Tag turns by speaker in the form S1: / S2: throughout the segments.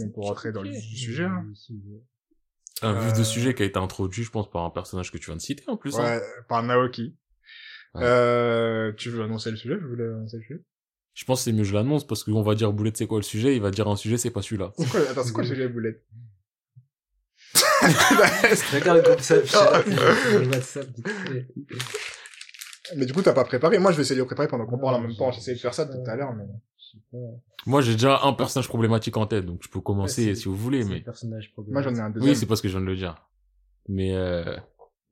S1: on peut rentrer dans le vif du sujet. hein.
S2: Un vif de
S1: Euh,
S2: sujet qui a été introduit, je pense, par un personnage que tu viens de citer en plus. hein.
S1: Ouais, par Naoki.
S2: Ouais.
S1: Euh, tu veux annoncer le sujet Je voulais annoncer le sujet.
S2: Je pense que c'est mieux que je l'annonce parce qu'on va dire Boulette c'est quoi le sujet, il va dire un sujet c'est pas celui-là.
S1: C'est quoi, attends, c'est quoi le sujet, Boulette
S3: Regarde comme ça, putain. le WhatsApp, vite fait.
S1: Mais du coup, t'as pas préparé. Moi, je vais essayer de le préparer pendant qu'on
S3: Non,
S1: parle en même temps.
S3: je-
S1: J'essaie de faire ça tout à l'heure, mais...
S3: Je sais pas.
S2: Moi j'ai déjà un personnage problématique en tête, donc je peux commencer
S3: Ouais, c'est-
S2: si vous voulez,
S3: C'est
S2: mais
S3: le personnage problème.
S1: Moi, j'en ai un deuxième.
S2: oui c'est parce que je viens de le dire. Mais euh...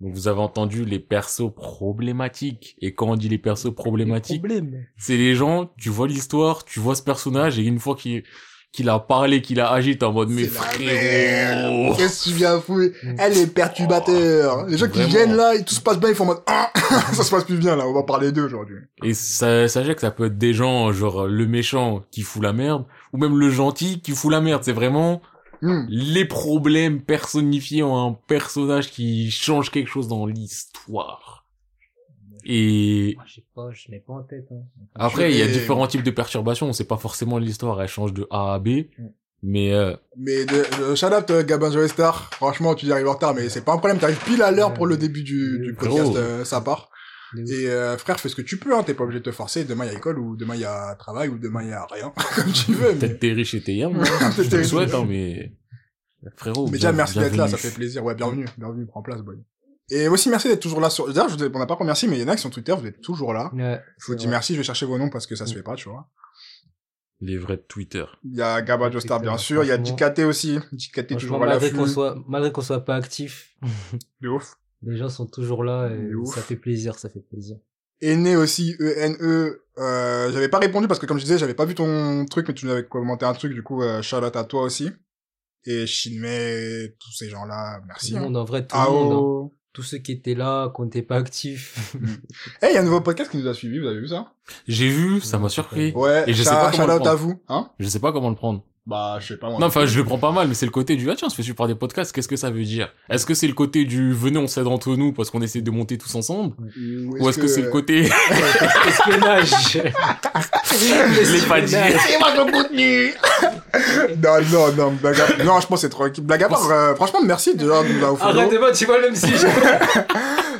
S2: donc, vous avez entendu les persos problématiques. Et quand on dit les persos problématiques,
S4: Problème.
S2: c'est les gens, tu vois l'histoire, tu vois ce personnage, et une fois qu'il qu'il a parlé, qu'il a agi, t'es en mode mais
S1: C'est la
S2: frérot
S1: merde. Qu'est-ce que tu viens fouiller Elle est perturbateur. Les gens qui
S2: Vraiment.
S1: viennent là, et tout se passe bien, ils font en mode ah, ça se passe plus bien là. On va parler d'eux aujourd'hui.
S2: Et ça, sachez que ça peut être des gens, genre le méchant qui fout la merde, ou même le gentil qui fout la merde. C'est vraiment
S1: Hmm.
S2: les problèmes personnifiés en un personnage qui change quelque chose dans l'histoire. Et
S3: Moi, je sais pas, je n'ai pas en tête. Hein.
S2: après, il y a
S1: Et-
S2: différents types de perturbations. On sait pas forcément l'histoire. Elle change de A à B. Mais euh,
S1: Mais de, de, shout out euh, Gabin Joe Star. Franchement, tu y arrives en retard, mais c'est pas un problème. T'arrives pile à l'heure pour le début du, du podcast.
S2: Gros.
S1: euh, ça part.
S3: De ouf.
S1: Et euh, frère, fais ce que tu peux. Hein. T'es pas obligé de te forcer. Demain il y a école ou demain il y a travail ou demain il y a rien, comme tu veux. Mais,
S2: peut-être t'es riche et t'es hier. moi.
S1: Peut-être
S2: Je te
S1: t'es
S2: le
S1: riche.
S2: souhaite, hein, mais frérot.
S1: mais déjà
S2: bien-
S1: merci d'être là, ça
S2: bienvenue.
S1: fait plaisir. Ouais, bienvenue, bienvenue, prends place, boy. Et aussi merci d'être toujours là sur. D'ailleurs, je vous ai- on n'a pas remercié, mais il y en a qui sont Twitter, vous êtes toujours là.
S3: Ouais,
S1: Je vous
S3: c'est
S1: dis
S3: vrai.
S1: merci, je vais chercher vos noms parce que ça se fait pas, tu vois.
S2: Les vrais de Twitter.
S1: Il y a Gabba Joestar, bien sûr. Il y a
S3: Franchement.
S1: Dikaté aussi. Dikaté
S3: Franchement,
S1: toujours à
S3: malgré
S1: l'affût.
S3: qu'on soit, malgré qu'on soit pas actif,
S1: De ouf.
S3: les gens sont toujours là et
S1: De ouf.
S3: ça fait plaisir, ça fait plaisir.
S1: Aîné aussi, E-N-E. Euh, j'avais pas répondu parce que, comme je disais, j'avais pas vu ton truc, mais tu nous avais commenté un truc. Du coup, euh, Charlotte à toi aussi. Et Shinmei, tous ces gens-là,
S3: Tout
S1: merci. oh.
S3: le
S1: hein.
S3: monde, en vrai, tout le monde. hein.
S1: Ao.
S3: Tous ceux qui étaient là, qui n'étaient pas actifs.
S1: Eh, il y a un nouveau podcast qui nous a suivis, vous avez vu ça?
S2: J'ai vu, ça m'a surpris.
S1: Ouais,
S2: Et je sais
S1: shout-
S2: pas comment
S1: shout
S2: le
S1: out
S2: prendre.
S1: à vous, hein?
S2: Je sais pas comment le prendre.
S1: Bah, je sais pas moi.
S2: Non, enfin, je le prends pas mal, mais c'est le côté du ah tiens, on se fait suivre par des podcasts. Qu'est-ce que ça veut dire Est-ce que c'est le côté du venez, on s'aide entre nous parce qu'on essaie de monter tous ensemble, ou est-ce que, c'est le côté
S3: Espionnage
S2: les paniers
S1: C'est moi le contenu! non, non, non, blague à... Non, je pense que c'est tranquille. Blague à part, euh, franchement, merci déjà de nous avoir follow.
S3: Arrête, moi, tu vois, même si je...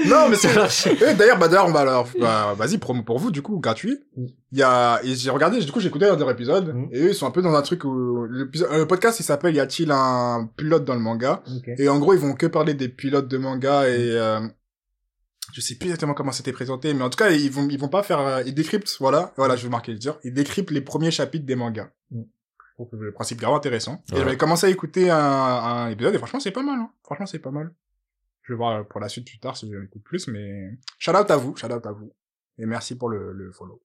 S1: Non, mais c'est,
S3: marché.
S1: Eh, d'ailleurs, bah, d'ailleurs, on va leur, bah, vas-y, promo pour vous, du coup, gratuit. Il y a, et j'ai regardé, du coup, j'ai écouté leur dernier épisode,
S3: Mm.
S1: et eux, ils sont un peu dans un truc où, l'épisode- euh, le podcast, il s'appelle Y a-t-il un pilote dans le manga? Et en gros, ils vont que parler des pilotes de manga
S2: Mm.
S1: et, euh, je sais plus exactement comment c'était présenté, mais en tout cas, ils vont, ils vont pas faire, euh, ils décryptent, voilà, voilà, je vais marquer le dire, ils décryptent les premiers chapitres des mangas.
S3: Mm.
S1: Je trouve Le principe grave intéressant. Et
S2: Ouais.
S1: j'avais commencé à écouter un, un épisode et franchement c'est pas mal. Hein. Franchement c'est pas mal. Je vais voir euh, pour la suite plus tard si j'en écoute plus, mais shout out à vous, shout out à vous. Et merci pour le, le follow.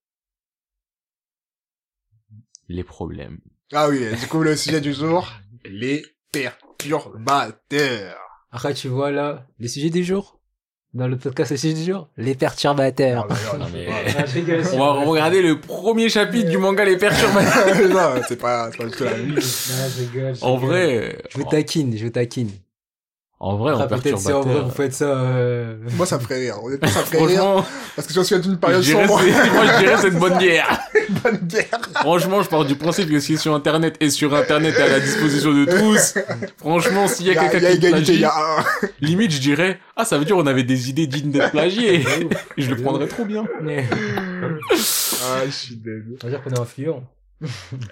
S2: Les problèmes.
S1: Ah oui, et du coup, le sujet du jour, les perturbateurs.
S3: Après, tu vois, là, les sujets du jour. Dans le podcast, les sujets du jour. Les perturbateurs.
S2: Non, mais-
S3: Ah, je rigole,
S2: On va regarder le premier chapitre du manga Les Perturbateurs.
S1: Non, c'est pas, c'est pas du tout la même.
S3: Non, je rigole, je
S2: En
S3: rigole.
S2: vrai,
S3: Je vous taquine, je vous taquine.
S2: en vrai, en
S3: Après, peut-être si en vrai,
S2: perturbateur.
S3: vous faites ça... euh,
S1: Moi, ça me ferait rire. Honnêtement, ça me ferait rire.
S2: Franchement,
S1: Parce que je me souviens d'une
S2: je
S1: période
S2: dirais,
S1: sombre.
S2: c'est- moi je dirais cette bonne guerre.
S1: Bonne guerre.
S2: Franchement, je pars du principe que si sur internet et sur internet est à la disposition de tous, franchement, s'il y a
S1: il y a
S2: quelqu'un qui
S1: égalité, il y
S2: plagie,
S1: a un.
S2: limite je dirais ah ça veut dire on avait des idées dignes d'être plagiées. je le prendrais trop bien.
S3: mais-
S1: Ah, je suis désolé.
S3: On va dire qu'on est influent.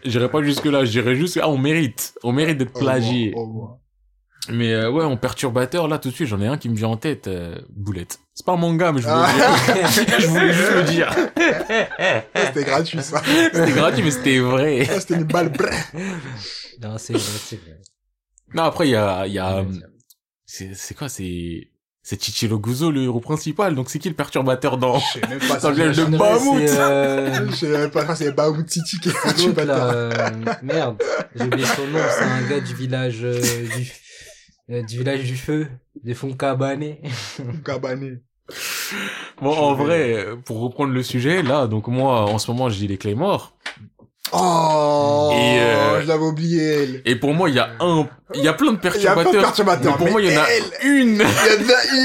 S2: J'irai pas jusque là, je dirais juste que, ah on mérite, on mérite
S1: Oh,
S2: d'être plagié.
S1: Au revoir.
S2: Mais euh, ouais, en perturbateur là tout de suite, j'en ai un qui me vient en tête, euh, Boulette. C'est pas un manga mais je voulais,
S1: Ah,
S2: le dire. je voulais juste le dire.
S1: c'était gratuit, ça.
S2: C'était gratuit mais c'était vrai.
S1: Ah, C'était une balle. bref.
S3: Non, c'est vrai, c'est vrai.
S2: Non après il y a il y a euh, c'est c'est quoi c'est c'est Chichiro Guzo le héros principal. Donc c'est qui le perturbateur dans
S1: Je sais même pas
S2: Ça
S1: si
S2: vient
S1: je-
S2: de-
S3: Non,
S2: Bahamut.
S3: c'est, euh,
S1: Je sais même pas si c'est Baoud Titi qui est
S3: c'est
S1: tu
S3: l'autre, là, euh, Merde, j'ai oublié son nom, c'est un gars du village euh, du... euh, du village du feu, des fonds cabanés.
S1: Gabané.
S2: Bon
S1: Je
S2: en
S1: vais-
S2: vrai euh, pour reprendre le sujet là donc moi en ce moment je dis les clés morts.
S1: Oh,
S2: Et, euh,
S1: je l'avais oublié, elle.
S2: Et pour moi, il y a un, il y a plein de
S1: Il y a
S2: perturbateurs.
S1: pas de perturbateur,
S2: mais pour moi, il y en a
S1: elle,
S2: une.
S1: il y en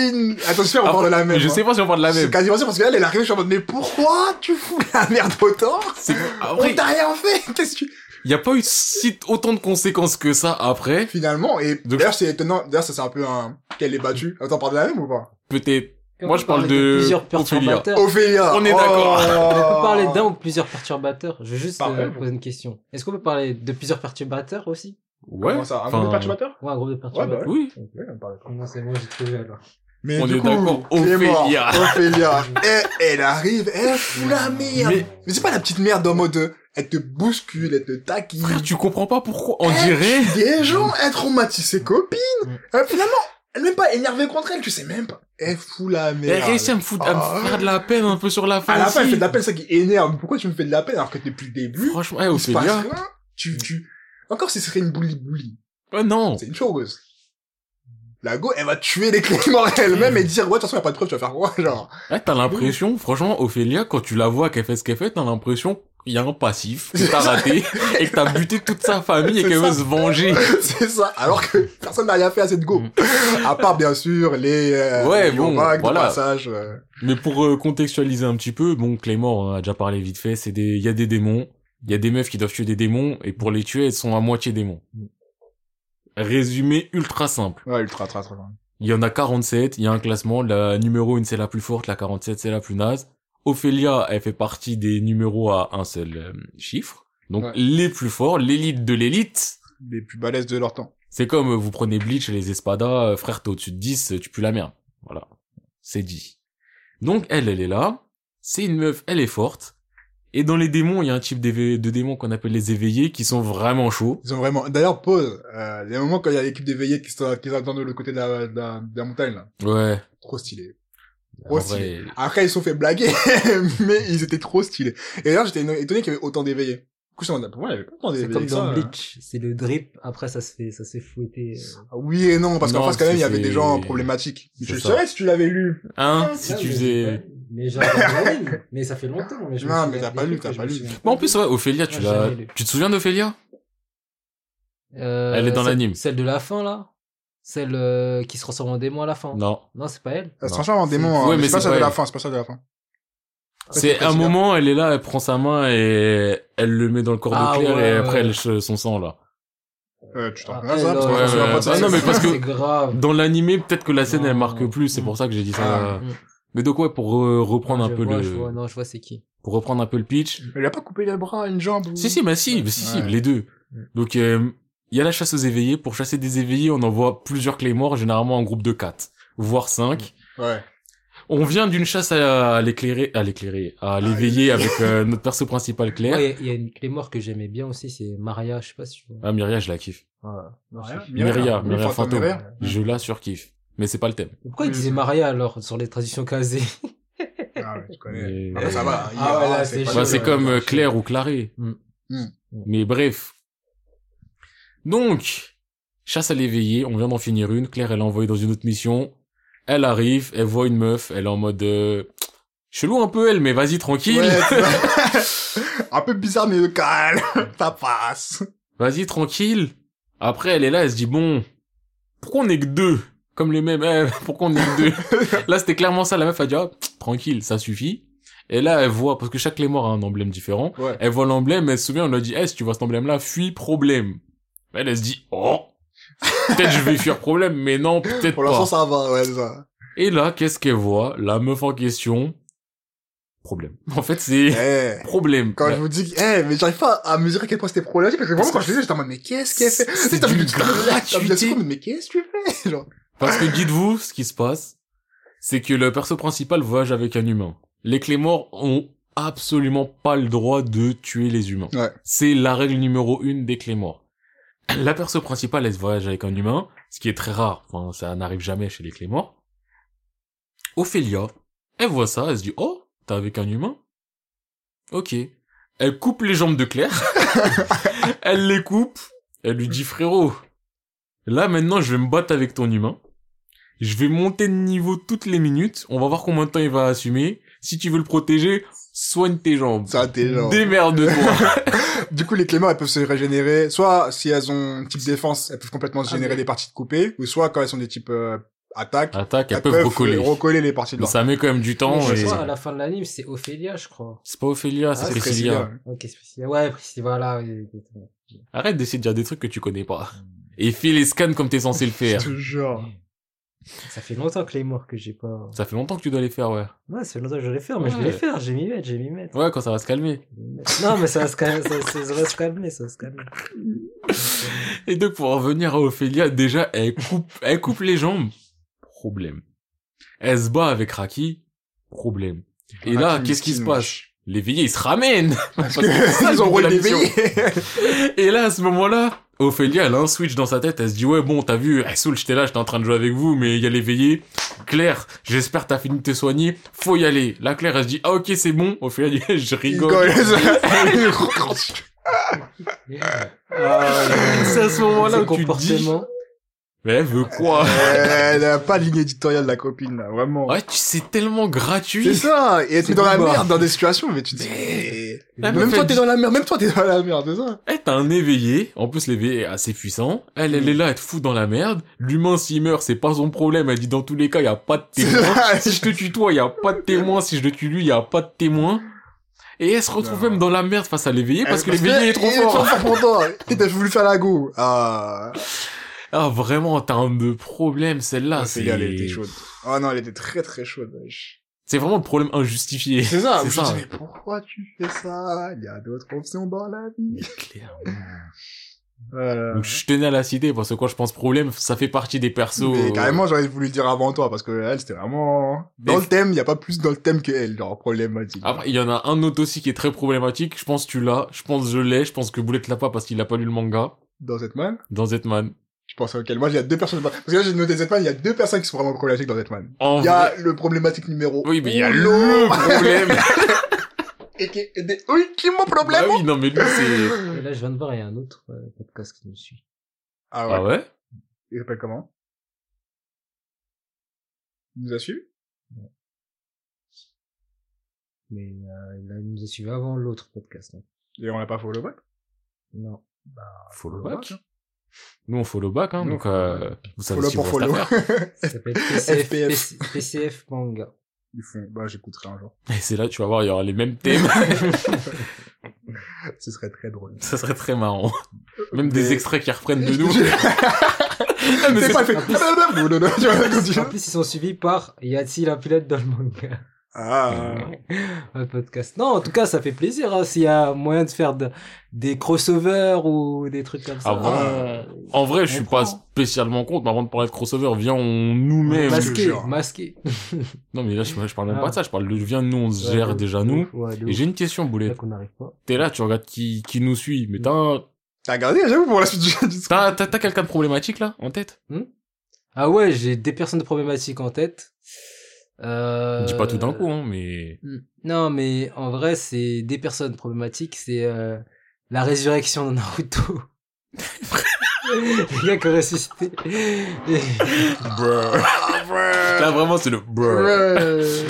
S1: a une. Attends, j'espère qu'on
S2: Après,
S1: parle de la même.
S2: je
S1: hein.
S2: sais pas si on parle de la
S1: Je suis
S2: même.
S1: quasiment sûr parce que là, elle est arrivée, je suis en mode, mais pourquoi tu fous la merde autant?
S2: C'est-
S1: On
S2: Après,
S1: t'a rien fait! Qu'est-ce que tu...
S2: Il n'y a pas eu si autant de conséquences que ça après.
S1: Finalement, et
S2: De-
S1: d'ailleurs, c'est étonnant. D'ailleurs, ça, c'est un peu un... Qu'elle est battue. Attends, on parle de la même ou pas
S2: Peut-être.
S3: Comme
S2: Moi,
S3: on
S2: je parle
S3: parlait
S2: de
S3: plusieurs
S2: Ophélia.
S3: perturbateurs.
S1: Ophélia
S2: On est d'accord.
S3: On peut parler d'un ou plusieurs perturbateurs. Je vais juste
S1: Euh, Parfait.
S3: euh, poser une question. Est-ce qu'on peut parler de plusieurs perturbateurs aussi
S2: Ouais.
S1: Comment ça Un
S2: enfin,
S1: groupe de perturbateurs
S3: Ou un groupe de perturbateurs
S2: Oui.
S1: bah Ouais, on parle d'accord.
S3: Non, c'est bon, j'ai trouvé alors.
S1: Mais
S2: On
S1: du
S2: est
S1: coup,
S2: d'accord,
S1: Clément,
S2: Ophélia.
S1: Ophélia, elle, elle arrive, elle fout la merde.
S2: Mais-
S1: Mais, c'est pas la petite merde en mode, euh, elle te bouscule, elle te taquille.
S2: Frère, tu Mm. comprends pas pourquoi on
S1: Elle
S2: dirait.
S1: tue Des gens, elle traumatise ses copines.
S3: Mm.
S1: Euh, finalement, elle est même pas énervée contre elle, tu sais même pas. Elle fout la merde.
S2: Elle réussit à me foutre, à
S1: Ah.
S2: me faire de la peine un peu sur la fin.
S1: À la fin, elle
S2: aussi.
S1: fait de la peine, ça qui énerve. Pourquoi tu me fais de la peine alors que depuis le début,
S2: Franchement, eh,
S1: il se passe
S2: Ophélia.
S1: rien. Tu, tu, encore si ce serait une bully-bully.
S2: Ah, non.
S1: C'est une chose. La go, elle va tuer les Clément elle-même et dire, ouais, de toute façon, y a pas de preuve, tu vas faire quoi, genre.
S2: Ah, t'as l'impression, franchement, Ophélia, quand tu la vois qu'elle fait ce qu'elle fait, t'as l'impression qu'il y a un passif que t'as raté et que t'as buté toute sa famille et
S1: C'est
S2: qu'elle
S1: ça.
S2: veut se venger.
S1: C'est ça. Alors que personne n'a rien fait à cette go.
S2: Mm.
S1: À part, bien sûr, les, euh,
S2: Ouais,
S1: les
S2: bon,
S1: vagues
S2: voilà.
S1: de passage. euh.
S2: Mais pour euh, contextualiser un petit peu, bon, Clément on en a déjà parlé vite fait, c'est des, il y a des démons, il y a des meufs qui doivent tuer des démons et pour les tuer, elles sont à moitié démons. Résumé ultra simple.
S1: Ouais, ultra, ultra, ultra.
S2: Il y en a 47, il y a un classement, la numéro 1 c'est la plus forte, la 47 c'est la plus naze. Ophélia, elle fait partie des numéros à un seul euh, chiffre. Donc
S1: Ouais.
S2: les plus forts, l'élite de l'élite.
S1: Les plus balèzes de leur temps.
S2: C'est comme euh, vous prenez Bleach et les Espadas, euh, frère, t'es au-dessus de 10, euh, tu pues la merde. Voilà. C'est dit. Donc, elle, elle est là. C'est une meuf, elle est forte. Et dans les démons, il y a un type d'éve- de démons qu'on appelle les éveillés qui sont vraiment chauds.
S1: Ils ont vraiment, d'ailleurs, pause, euh, les moments quand il y a l'équipe d'éveillés qui sont, qui attendent de l'autre côté de la, de la, de la montagne, là.
S2: Ouais.
S1: Trop stylé.
S2: En
S1: Trop stylé.
S2: vrai,
S1: Après, ils se sont fait blaguer, mais ils étaient trop stylés. Et d'ailleurs, j'étais étonné qu'il y avait autant d'éveillés. Du coup, je me demande, pourquoi il y avait pas autant
S3: C'est
S1: d'éveillés
S3: comme
S1: que ça,
S3: dans
S1: euh.
S3: Bleach, c'est le drip, après ça se fait, ça se fait fouetter. euh.
S1: Ah Oui et non, parce qu'en
S2: Non,
S1: face, quand même, il y
S2: c'est-
S1: avait des gens problématiques. Mais
S2: c'est
S1: tu le
S2: ça.
S1: saurais si tu l'avais lu.
S2: hein, si
S3: Ah,
S2: tu
S3: mais j'ai
S2: faisais...
S3: pas- Mais j'ai regardé, mais ça fait longtemps. Mais je me
S1: Non,
S3: souviens
S1: mais t'as
S3: des
S1: pas lu,
S3: trucs
S1: t'as
S3: que je
S1: pas
S3: me
S1: lu.
S3: souviens.
S2: Bon, en plus, ouais, Ophélia, tu
S3: Ouais,
S2: l'as...
S3: j'avais lu.
S2: Tu te souviens d'Ophélia
S3: Euh,
S2: Elle est dans
S3: celle-
S2: l'anime.
S3: Celle de la fin, là Celle euh, qui se transforme en démon à la fin
S2: Non.
S3: Non, c'est pas elle
S1: Ça se
S2: Non.
S1: transforme en démon. hein,
S2: Ouais,
S1: mais
S2: mais
S1: c'est pas
S2: c'est
S1: ça de
S2: pas
S1: la
S2: elle.
S1: fin, c'est pas ça de la fin.
S2: C'est un moment, elle est là, elle prend sa main et elle le met dans le corps
S3: Ah,
S2: de Claire
S3: ouais,
S2: et
S3: ouais,
S2: après,
S3: ouais.
S2: elle ch- son sang, là.
S1: Euh, tu t'en
S3: Ah,
S1: rappelles
S3: elle,
S1: ça? Parce que
S3: ouais,
S1: je me souviens
S2: ouais,
S1: pas de
S2: ouais.
S1: ça.
S2: Ah, non, mais parce que-
S3: C'est grave.
S2: Dans l'animé, peut-être que la scène,
S3: Non.
S2: elle marque plus, c'est pour ça que j'ai dit ça.
S3: Mm.
S2: Mais donc ouais, pour euh, reprendre
S3: Ah, Je
S2: un peu
S3: vois,
S2: le,
S3: je vois, non, je vois c'est qui.
S2: pour reprendre un peu le pitch.
S1: Mais Il a pas coupé les bras, une jambe. ou-
S2: Si si, bah si, bah, si si,
S1: Ouais.
S2: les deux.
S3: Mm.
S2: Donc euh, il y a la chasse aux éveillés. Pour chasser des éveillés, on envoie plusieurs clés morts, généralement en groupe de quatre, voire cinq.
S3: Mm.
S1: Ouais.
S2: On vient d'une chasse à, à l'éclairé, à l'éclairé,
S3: Ah,
S2: à l'éveillé avec euh, notre perso principal
S3: Ouais, Il
S2: Claire.
S3: y a- il y, a une clé mort que j'aimais bien aussi, c'est Maria, je sais pas si tu vois.
S2: Ah Myria, je la kiffe.
S3: Voilà. Non, je sais plus.
S2: Myria, Myria,
S1: Oui, fantôme
S2: fantôme.
S1: Myria.
S2: Je la surkiffe. Mais c'est pas le thème.
S3: Pourquoi il disait Maria alors sur les traditions casées
S1: Ah ouais, je connais.
S2: Mais-
S1: Après, ça va. hein,
S3: Ah
S1: il y a-
S3: ouais, là, c'est
S1: pas-
S3: chaud,
S2: Bah, c'est
S3: ouais,
S2: comme
S3: ouais,
S2: euh,
S3: ouais.
S2: Claire ou Claré.
S3: Mm.
S1: Mm.
S2: Mais bref. Donc, chasse à l'éveillé, on vient d'en finir une. Claire, elle est envoyée dans une autre mission. Elle arrive, elle voit une meuf, elle est en mode... euh, chelou un peu elle, mais vas-y tranquille.
S1: Ouais, tu vois. un peu bizarre, mais le calme. Ça passe.
S2: Vas-y tranquille. Après, elle est là, elle se dit, bon, pourquoi on n'est que deux Comme les mêmes, eh, pourquoi on n'est que deux Là, c'était clairement ça, la meuf a dit, Ah, tranquille, ça suffit. Et là, elle voit, parce que chaque mort a un emblème différent.
S1: Ouais.
S2: Elle voit l'emblème, elle se souvient, on lui a dit, Eh, si tu vois cet emblème-là, fuis problème. Elle, elle se dit, oh, peut-être je vais fuir problème, mais non, peut-être
S1: Pour l'instant,
S2: pas.
S1: ça va, ouais, c'est ça.
S2: Et là, qu'est-ce qu'elle voit La meuf en question, problème. En fait, c'est
S1: Eh.
S2: problème.
S1: Quand
S2: La-
S1: je vous dis, que- eh, mais j'arrive pas à mesurer à quel point c'était problématique, parce que vraiment, quand je faisais, j'étais en mode, mais qu'est-ce qu'elle fait?
S2: C'est
S1: T'as
S2: d'une
S1: vu
S2: gratuité.
S1: mais qu'est-ce que tu fais? Genre,
S2: Parce que dites-vous, ce qui se passe, c'est que le perso principal voyage avec un humain. Les Clémors ont absolument pas le droit de tuer les humains.
S1: Ouais.
S2: C'est la règle numéro une des Clémors. La perso principale, elle se voyage avec un humain, ce qui est très rare. Enfin, ça n'arrive jamais chez les Clémors. Ophélia, elle voit ça, elle se dit, oh, t'es avec un humain? Ok. Elle coupe les jambes de Claire. elle les coupe. Elle lui dit, frérot, Là, maintenant, je vais me battre avec ton humain. Je vais monter de niveau toutes les minutes. On va voir combien de temps il va assumer. Si tu veux le protéger, soigne tes jambes.
S1: c'est intelligent.
S2: Démerde-toi.
S1: Du coup, les cléments, elles peuvent se régénérer. Soit, si elles ont un type défense, elles peuvent complètement se
S3: Ah,
S1: générer
S3: mais-
S1: des parties de coupées. Ou soit, quand elles sont des types, euh, attaquent,
S2: Attaque, elles
S1: elles
S2: peuvent
S1: euh,
S2: recoller.
S1: recoller les parties de
S2: Mais
S1: leur
S2: ça met quand même du temps.
S3: Mais je
S2: et-
S3: crois, à la fin de l'anime, c'est Ophélia, je crois.
S2: C'est pas Ophélia, c'est
S1: Ah,
S2: hein.
S1: c'est
S2: Priscilla.
S1: Priscilla.
S3: Ok, c'est Priscilla. Ouais, Priscilla, voilà. oui, oui, oui.
S2: Arrête d'essayer de dire des trucs que tu connais pas. Et fais les scans comme t'es censé le faire.
S1: Hmm. Toujours.
S3: Ça fait longtemps que les morts que j'ai pas.
S2: Ça fait longtemps que tu dois les faire, ouais.
S3: Ouais, ça fait longtemps que je vais les faire, mais je vais
S2: Ouais.
S3: les faire, j'ai m'y mettre, j'ai m'y mettre.
S2: Ouais, quand ça va se calmer.
S1: Hmm.
S3: je vais m'y mettre. Non, mais ça va se calmer, ça, ça- ça va se calmer, ça va se calmer.
S2: Et donc, pour en revenir à Ophélia, déjà, elle coupe, elle coupe les jambes. Problème. Elle se bat avec Raki. Problème. Et là, qu'est-ce qui se passe L'éveillé, il se ramène
S1: Parce
S2: Parce que c'est ça,
S1: qu'ils
S2: le
S1: ont
S2: but de la
S1: relevé.
S2: Et là, à ce moment-là, Ophélia, elle a un switch dans sa tête. Elle se dit, ouais, bon, t'as vu, eh, Soul, j'étais là, j'étais en train de jouer avec vous, mais il y a l'éveillé. Claire, j'espère t'as fini de te soigner. Faut y aller. Là, Claire, elle se dit, ah, ok, c'est bon. Ophélia dit,
S1: Ils
S2: je rigole.
S1: rigolent.
S2: Ah, C'est à ce
S3: Ce
S2: moment-là où tu te dis,
S3: comportement.
S2: mais elle veut quoi?
S1: Euh, Elle a pas la ligne éditoriale de la copine, là, vraiment.
S2: Ouais, tu sais, tellement
S1: C'est
S2: gratuit.
S1: ça, et être
S3: C'est
S1: dans la
S3: Booba.
S1: merde dans des situations, mais tu te dis, eh,
S2: La meuf,
S1: même toi
S2: elle
S1: t'es
S2: dit-
S1: dans la merde, même toi t'es dans la merde, c'est ça.
S2: Eh, t'as un éveillé. En plus, l'éveillé est assez puissant. Elle,
S1: Mm.
S2: elle est là, elle te fout dans la merde. L'humain, s'il meurt, c'est pas son problème. Elle dit, dans tous les cas, y a pas de témoin. si je te tue toi, y a pas de témoin. Si je le tue lui, y a pas de témoin. Et elle se retrouve
S1: Non.
S2: même dans la merde face à l'éveillé parce que
S1: Eh, Parce
S2: l'éveillé est trop
S1: il
S2: fort.
S1: pour toi. Et t'as voulu faire la go. Ah.
S2: Ah, vraiment, en termes de problème, celle-là,
S1: c'est elle était
S2: Ah, c'est,
S1: chaude. Oh non, elle était très très chaude, wesh.
S2: c'est vraiment le problème injustifié.
S1: C'est ça,
S2: c'est
S1: je me
S2: ça.
S1: dis, mais pourquoi tu fais ça? Il y a d'autres options dans la vie. Euh, Voilà.
S2: Donc, je tenais à la citer parce que quand je pense problème, ça fait partie des persos.
S1: Mais
S2: euh,
S1: carrément, j'aurais voulu le dire avant toi, parce que elle, c'était vraiment, dans
S2: Mais- Ah.
S1: le thème, il y a pas plus dans le thème que elle, genre, problématique.
S2: Après, il y en a un autre aussi qui est très problématique. Je pense que tu l'as. Je pense que je l'ai. Je pense que Boulette l'a pas parce qu'il a pas lu le manga
S1: Dans cette man,
S2: dans Zetman.
S1: je pense auquel. Moi, il y a deux personnes, parce que là, j'ai noté Zetman, il y a deux personnes qui sont vraiment problématiques dans Zetman.
S2: En
S1: Il y a
S2: vrai-
S1: le problématique numéro.
S2: Oui, mais il y a
S1: uno,
S2: le problème.
S1: Et qui est des ultimo
S2: Bah
S1: problèmes.
S2: oui, non, mais lui, c'est...
S3: Et là, je viens de voir, il y a un autre euh, podcast qui me suit.
S1: Ah ouais.
S2: Ah ouais?
S1: Il s'appelle comment Il nous a suivi
S3: Mais euh, il a- il nous a suivi avant l'autre podcast. hein.
S1: Et on l'a pas follow back
S3: Non.
S2: Follow
S1: Follow
S2: back. hein. Nous, on follow back, hein.
S1: Nous,
S2: donc,
S1: on follow
S2: euh, vous savez
S1: Follow
S2: ce qu'il
S1: pour
S2: vous reste
S1: follow.
S2: à faire.
S3: Ça s'appelle PCF,
S1: FPF.
S3: PC- PCF Manga.
S1: Ils font, bah j'écouterai un jour.
S2: Et c'est là, tu vas voir, il y aura les mêmes thèmes.
S1: Ce serait très drôle.
S2: Ça serait très marrant. Même des
S1: Euh, Mais-
S2: extraits qui reprennent de nous.
S1: Ah, mais c'est pas fait.
S3: En plus-
S1: Non, non, non, tu vois, quand tu-
S3: En plus, ils sont suivis par Y a-t-il un pilote dans le manga
S1: Ah.
S3: Un podcast. Non, en tout cas, ça fait plaisir hein, s'il y a moyen de faire de- des crossovers ou des trucs comme ça.
S2: Ah, vraiment.
S3: Euh,
S2: En vrai, je
S3: On
S2: suis
S3: prend.
S2: pas spécialement contre, mais avant de parler de crossover, viens, on nous-mêmes.
S1: Parce-
S3: masqué,
S1: genre.
S3: masqué.
S2: Non, mais là, je, je parle même
S3: Ah.
S2: pas de ça, je parle de viens, nous, on se gère déjà nous.
S3: Ouais, de
S2: Et
S3: ouf.
S2: j'ai une question,
S3: C'est là
S2: Boulet.
S3: qu'on n'arrive pas.
S2: T'es là, tu regardes qui, qui nous suit, mais t'as, un-
S1: T'as regardé, j'avoue, pour la suite du du-
S2: t'as, t'as, t'as quelqu'un de problématique, là, en tête?
S3: Ah ouais, j'ai des personnes de problématiques en tête. Euh...
S2: Dis pas tout d'un coup, hein, mais.
S3: Hmm. Non, mais en vrai, c'est des personnes problématiques. C'est euh, la résurrection de Naruto. Le gars qui a ressuscité.
S1: Ah, Bruh.
S2: Là, vraiment, c'est le brr,
S3: Euh,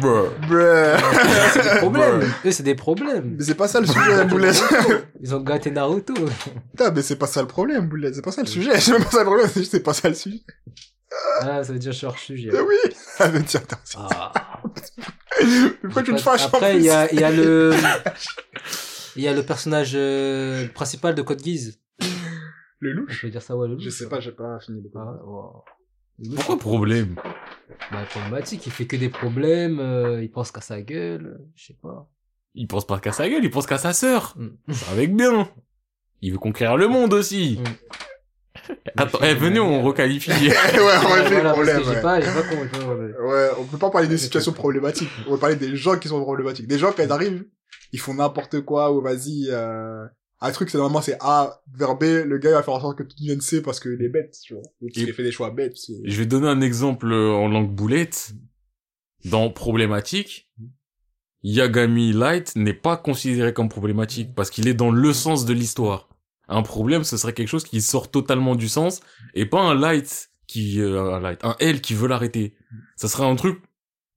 S1: Bruh. Bruh.
S2: brr.
S3: c'est des problèmes. Eux, c'est des problèmes.
S1: Mais c'est pas ça le sujet, la boulette.
S3: Ils ont gâté Naruto.
S1: Putain, mais c'est pas ça le problème, boulette. C'est pas ça le sujet. C'est même pas ça le problème, c'est juste c'est pas ça le sujet.
S3: Ah, ça veut dire je suis hors sujet.
S1: Ah oui, ça veut dire attends, c'est-
S3: Ah.
S1: Pourquoi tu te fâches en
S3: Après,
S1: plus
S3: il y a, il y a le, il y a le personnage euh, principal de Code Geass.
S1: Le
S3: On
S1: louche
S3: peut dire ça, ouais, le
S1: Je sais pas, j'ai pas fini.
S3: Ah, wow. Le loup,
S2: Pourquoi problème?
S3: bah, problématique, il fait que des problèmes, euh, il pense qu'à sa gueule, euh, je sais pas.
S2: Il pense pas qu'à sa gueule, il pense qu'à sa sœur.
S3: Mm.
S2: Ça avec bien. Il veut conquérir le monde aussi. Attends, eh, venez, on requalifie.
S1: Ah, ouais, on
S3: Voilà,
S1: va le
S3: parce que
S1: problème.
S3: j'ai
S1: Ouais.
S3: pas, j'ai pas compris, j'ai pas compris.
S1: Ouais, on peut pas parler des situations problématiques. On peut parler des gens qui sont problématiques. Des gens, quand ils arrivent, ils font n'importe quoi, ou vas-y, euh, un truc, c'est normalement, c'est A vers B, le gars, il va faire en sorte que tout devienne C parce qu'il est bête, tu vois. Ou parce
S2: Et-
S1: qu'il fait des choix bêtes. c'est-
S2: Je vais donner un exemple euh, en langue boulette. Dans problématique, Yagami Light n'est pas considéré comme problématique parce qu'il est dans le sens de l'histoire. Un problème, ce serait quelque chose qui sort totalement du sens et pas un Light qui, euh, un Light, un L qui veut l'arrêter. Ça serait un truc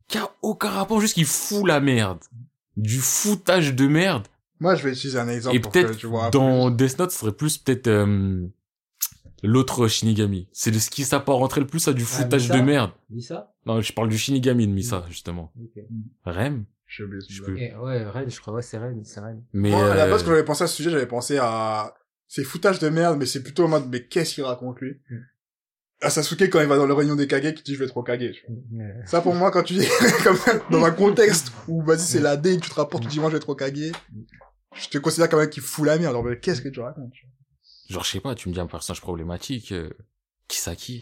S2: qui a aucun rapport, juste qu'il fout la merde. Du foutage de merde.
S1: Moi, euh, je vais utiliser un exemple
S2: Et
S1: pour que
S2: peut-être
S1: tu vois.
S2: dans
S1: plus.
S2: Death Note, ce serait plus peut-être euh, l'autre Shinigami. C'est de ce qui s'apparenterait le plus à du
S3: Ah,
S2: foutage
S3: Misa
S2: de merde.
S3: Dis ça
S2: Non, je parle du Shinigami de Misa, justement.
S3: Ok.
S2: Rem
S1: Je sais plus.
S2: Je peux.
S3: Et Eh, ouais, Rennes, je crois, ouais, c'est Rennes, c'est Rennes.
S2: Mais
S1: Moi, à la
S2: euh,
S1: base, quand j'avais pensé à ce sujet, j'avais pensé à... C'est foutage de merde, mais c'est plutôt en mode, mais qu'est-ce qu'il raconte, lui Ah,
S3: Mm.
S1: À Sasuke, quand il va dans le réunion des Kage, qui dit « je vais trop Kage ».
S3: Ouais.
S1: Ça, pour moi, quand tu dis, comme ça, dans un contexte où, vas-y, c'est la D, tu te rapportes, tu dis « moi, je vais trop Kage », je te considère quand même qu'il fout la merde. Alors, mais qu'est-ce que tu racontes tu vois
S2: genre je sais pas, tu me dis un personnage problématique, euh, Kisaki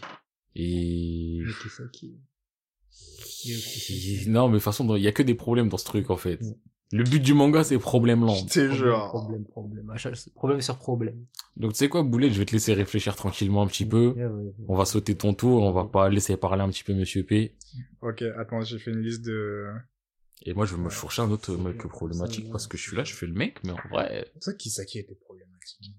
S2: et
S3: Mais qui c'est qui
S2: Il- Non, mais de toute façon, dans- il y a que des problèmes dans ce truc, en fait. Le but du manga, c'est problème lent.
S1: C'est genre...
S3: Problème, problème, à chaque- problème sur problème.
S2: Donc, tu sais quoi, Boulet, je vais te laisser réfléchir tranquillement un
S3: Hmm.
S2: petit peu.
S3: Ouais, ouais, ouais.
S2: On va sauter ton tour, on va pas laisser parler un petit peu Monsieur P.
S1: Ok, attends, j'ai fait une liste de...
S2: Et moi, je vais me fourcher un autre mec problématique parce que je suis là, je fais le mec, mais en vrai.
S1: C'est ça, Kisaki était problématique.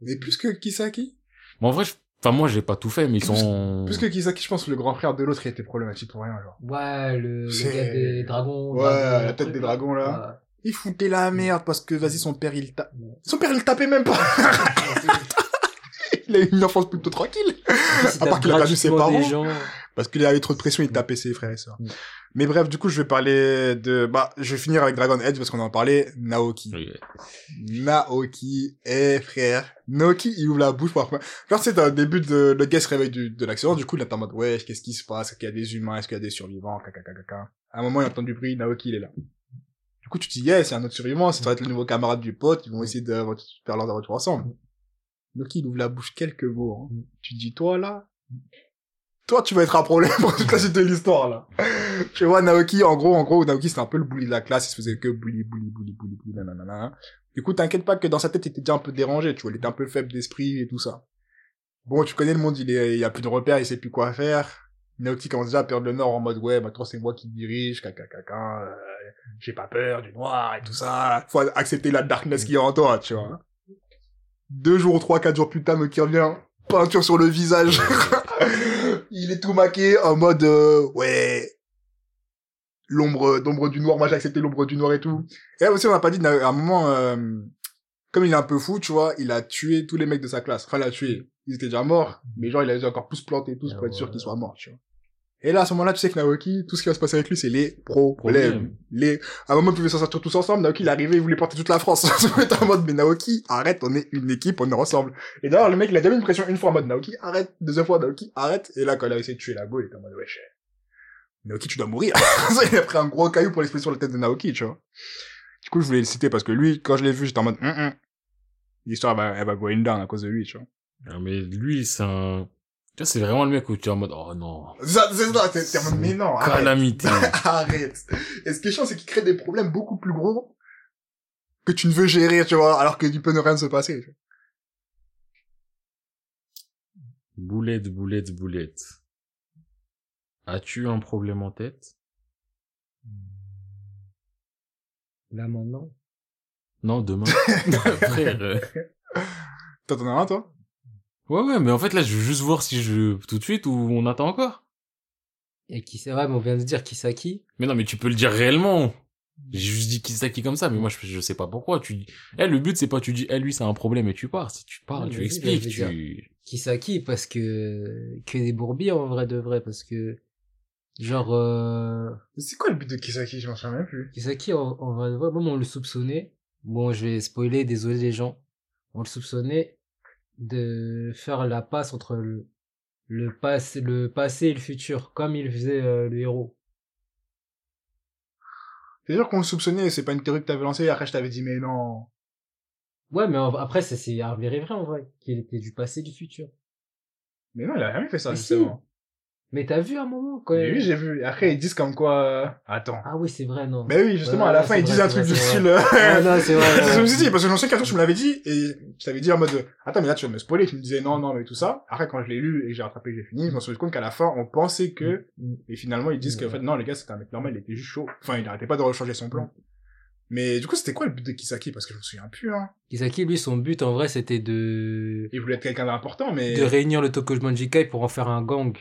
S1: Mais plus que Kisaki
S2: Mais en vrai, je- enfin, moi, j'ai pas tout fait, mais ils sont.
S1: Plus que Kisaki, je pense que le grand frère de l'autre, il était problématique pour rien, genre.
S3: Ouais, le, le
S1: C'est-
S3: gars des dragons.
S1: Ouais,
S3: dragons,
S1: la tête
S3: truc,
S1: des
S3: là.
S1: dragons, là. Il foutait la merde parce que vas-y son père il tape.
S3: Ouais.
S1: Son père il le tapait même pas. Il a eu une enfance plutôt tranquille.
S3: Ouais.
S1: À part qu'il a perdu ses
S3: Gratuitement des
S1: parents.
S3: gens.
S1: Parce qu'il avait trop de pression, il tapait ses frères et sœurs.
S3: Mm.
S1: Mais bref, du coup je vais parler de... Bah je vais finir avec Dragon Edge parce qu'on en parlait. Naoki.
S2: Oui.
S1: Naoki, eh frère. Naoki il ouvre la bouche pour la première- Genre c'est au début de... Le gars se réveille du- de l'accident. Du coup il est en mode ouais qu'est-ce qui se passe Est-ce qu'il y a des humains Est-ce qu'il y a des survivants Caca, caca, caca. À un moment il entend du bruit. Naoki il est là. Du coup, tu te dis, yeah, c'est un autre survivant, ça doit être le nouveau camarade du pote, ils vont essayer de faire leur aventure ensemble. Donc, il ouvre la bouche quelques mots, hein. Tu te dis, toi, là, toi, tu vas être un problème pour toute la suite de l'histoire, là. tu vois, Naoki, en gros, en gros, Naoki, c'était un peu le bully de la classe, il se faisait que bully, bully, bully, bully, bully, nanana. Du coup, t'inquiète pas que dans sa tête, il était déjà un peu dérangé, tu vois, il était un peu faible d'esprit et tout ça. Bon, tu connais le monde, il est, il a plus de repères, il sait plus quoi faire. Naoki commence déjà à perdre le nord en mode, ouais, maintenant c'est moi qui dirige, caca, caca, euh, j'ai pas peur du noir et tout ça. Faut accepter la darkness qui est en toi, tu vois. Deux jours, trois, quatre jours plus tard, Naoki revient, peinture sur le visage. Il est tout maqué en mode, euh, ouais, l'ombre, l'ombre du noir, moi j'ai accepté l'ombre du noir et tout. Et là aussi, on n'a pas dit, à un moment, euh, comme il est un peu fou, tu vois, il a tué tous les mecs de sa classe. Enfin, il a tué. Ils étaient déjà morts, mais genre, il a encore plus planté tous pour être sûr qu'ils soient morts, tu vois. Et là, à ce moment-là, tu sais que Naoki, tout ce qui va se passer avec lui, c'est les problèmes
S2: Problème.
S1: les, à un moment, ils pouvaient s'en sortir tous ensemble. Naoki, il est arrivé, il voulait porter toute la France. On était en mode, mais Naoki, arrête, on est une équipe, on est ensemble. Et d'ailleurs, le mec, il a déjà mis une pression une fois en mode, Naoki, arrête, deuxième fois, Naoki, arrête. Et là, quand il a essayé de tuer la go, il était en mode, wesh, Naoki, tu dois mourir. il a pris un gros caillou pour l'exploser sur la tête de Naoki, tu vois. Du coup, je voulais le citer parce que lui, quand je l'ai vu, j'étais en mode, hum, hum. L'histoire, elle va, elle va going down à cause de lui, tu vois.
S2: Non, mais lui, c'est un. Tu vois, c'est vraiment le mec où tu es en mode, oh non.
S1: Ça, C'est ça, c'est c'est en mode, mais non, arrête.
S2: Calamité.
S1: Arrête. Et ce qui est chiant, c'est qu'il crée des problèmes beaucoup plus gros que tu ne veux gérer, tu vois, alors que tu peux ne rien se passer. tu vois.
S2: Boulette, boulette, boulette. As-tu un problème en tête
S3: Là, maintenant.
S2: Non, demain. Frère. euh.
S1: Toi, t'en as un, toi
S2: Ouais, ouais, mais en fait, là, je veux juste voir si je... Tout de suite ou on attend encore
S3: Et qui c'est vrai, mais on vient de dire Kisaki.
S2: Mais non, mais tu peux le dire réellement. J'ai juste dit qui ça qui comme ça, mais moi, je, je sais pas pourquoi. Tu dis... Eh, le but, c'est pas tu dis, eh, lui, c'est un problème et tu pars. Si tu parles,
S3: Ouais,
S2: tu
S3: mais oui,
S2: expliques,
S3: mais je veux
S2: tu...
S3: Kisaki, parce que, que des bourbiers, en vrai de vrai, parce que, genre, euh,
S1: Mais C'est quoi le but de Kisaki Je m'en souviens même plus.
S3: Kisaki, en, en vrai de vrai, même on le soupçonnait. Bon, je vais spoiler, désolé les gens. On le soupçonnait de faire la passe entre le, le, passé, le passé et le futur, comme il faisait euh, le héros.
S1: C'est-à-dire qu'on le soupçonnait, c'est pas une théorie que t'avais lancée, et après je t'avais dit, mais non.
S3: Ouais, mais en- après, ça, c'est avéré vrai, en vrai, qu'il était du passé et du futur.
S1: Mais non, il a jamais fait ça,
S3: Mais
S1: justement.
S3: Mais t'as vu un moment, quand
S1: Mais oui, j'ai vu. Et Après, ils disent comme quoi... euh, Attends.
S3: Ah oui, c'est vrai, non.
S1: Ben oui, justement,
S3: Ouais,
S1: à la
S3: ouais,
S1: fin,
S3: c'est
S1: ils
S3: vrai,
S1: disent un
S3: c'est
S1: truc
S3: vrai,
S1: du
S3: c'est
S1: style...
S3: Ouais,
S1: euh,
S3: non, c'est vrai.
S1: Je me
S3: ouais.
S1: suis dit, bah parce que j'en sais qu'un jour, tu me l'avais dit, et je t'avais dit en mode, euh, attends, mais là, tu vas me spoiler, tu me disais non, non, mais tout ça. Après, quand je l'ai lu et que j'ai rattrapé, que j'ai fini, je me suis rendu compte qu'à la fin, on pensait que,
S3: Mm.
S1: et finalement, ils disent que, en fait, non, le gars, c'était un mec normal, il était juste chaud. Enfin, il n'arrêtait pas de rechanger son plan.
S3: Mm.
S1: Mais du coup, c'était quoi le but de Kisaki? Parce que je me souviens plus, hein.
S3: Kisaki, lui, son but, en vrai, c'était de...
S1: Il voulait être quelqu'un d'important, mais...
S3: de réunir le Tokujumanjikai pour en faire un gang.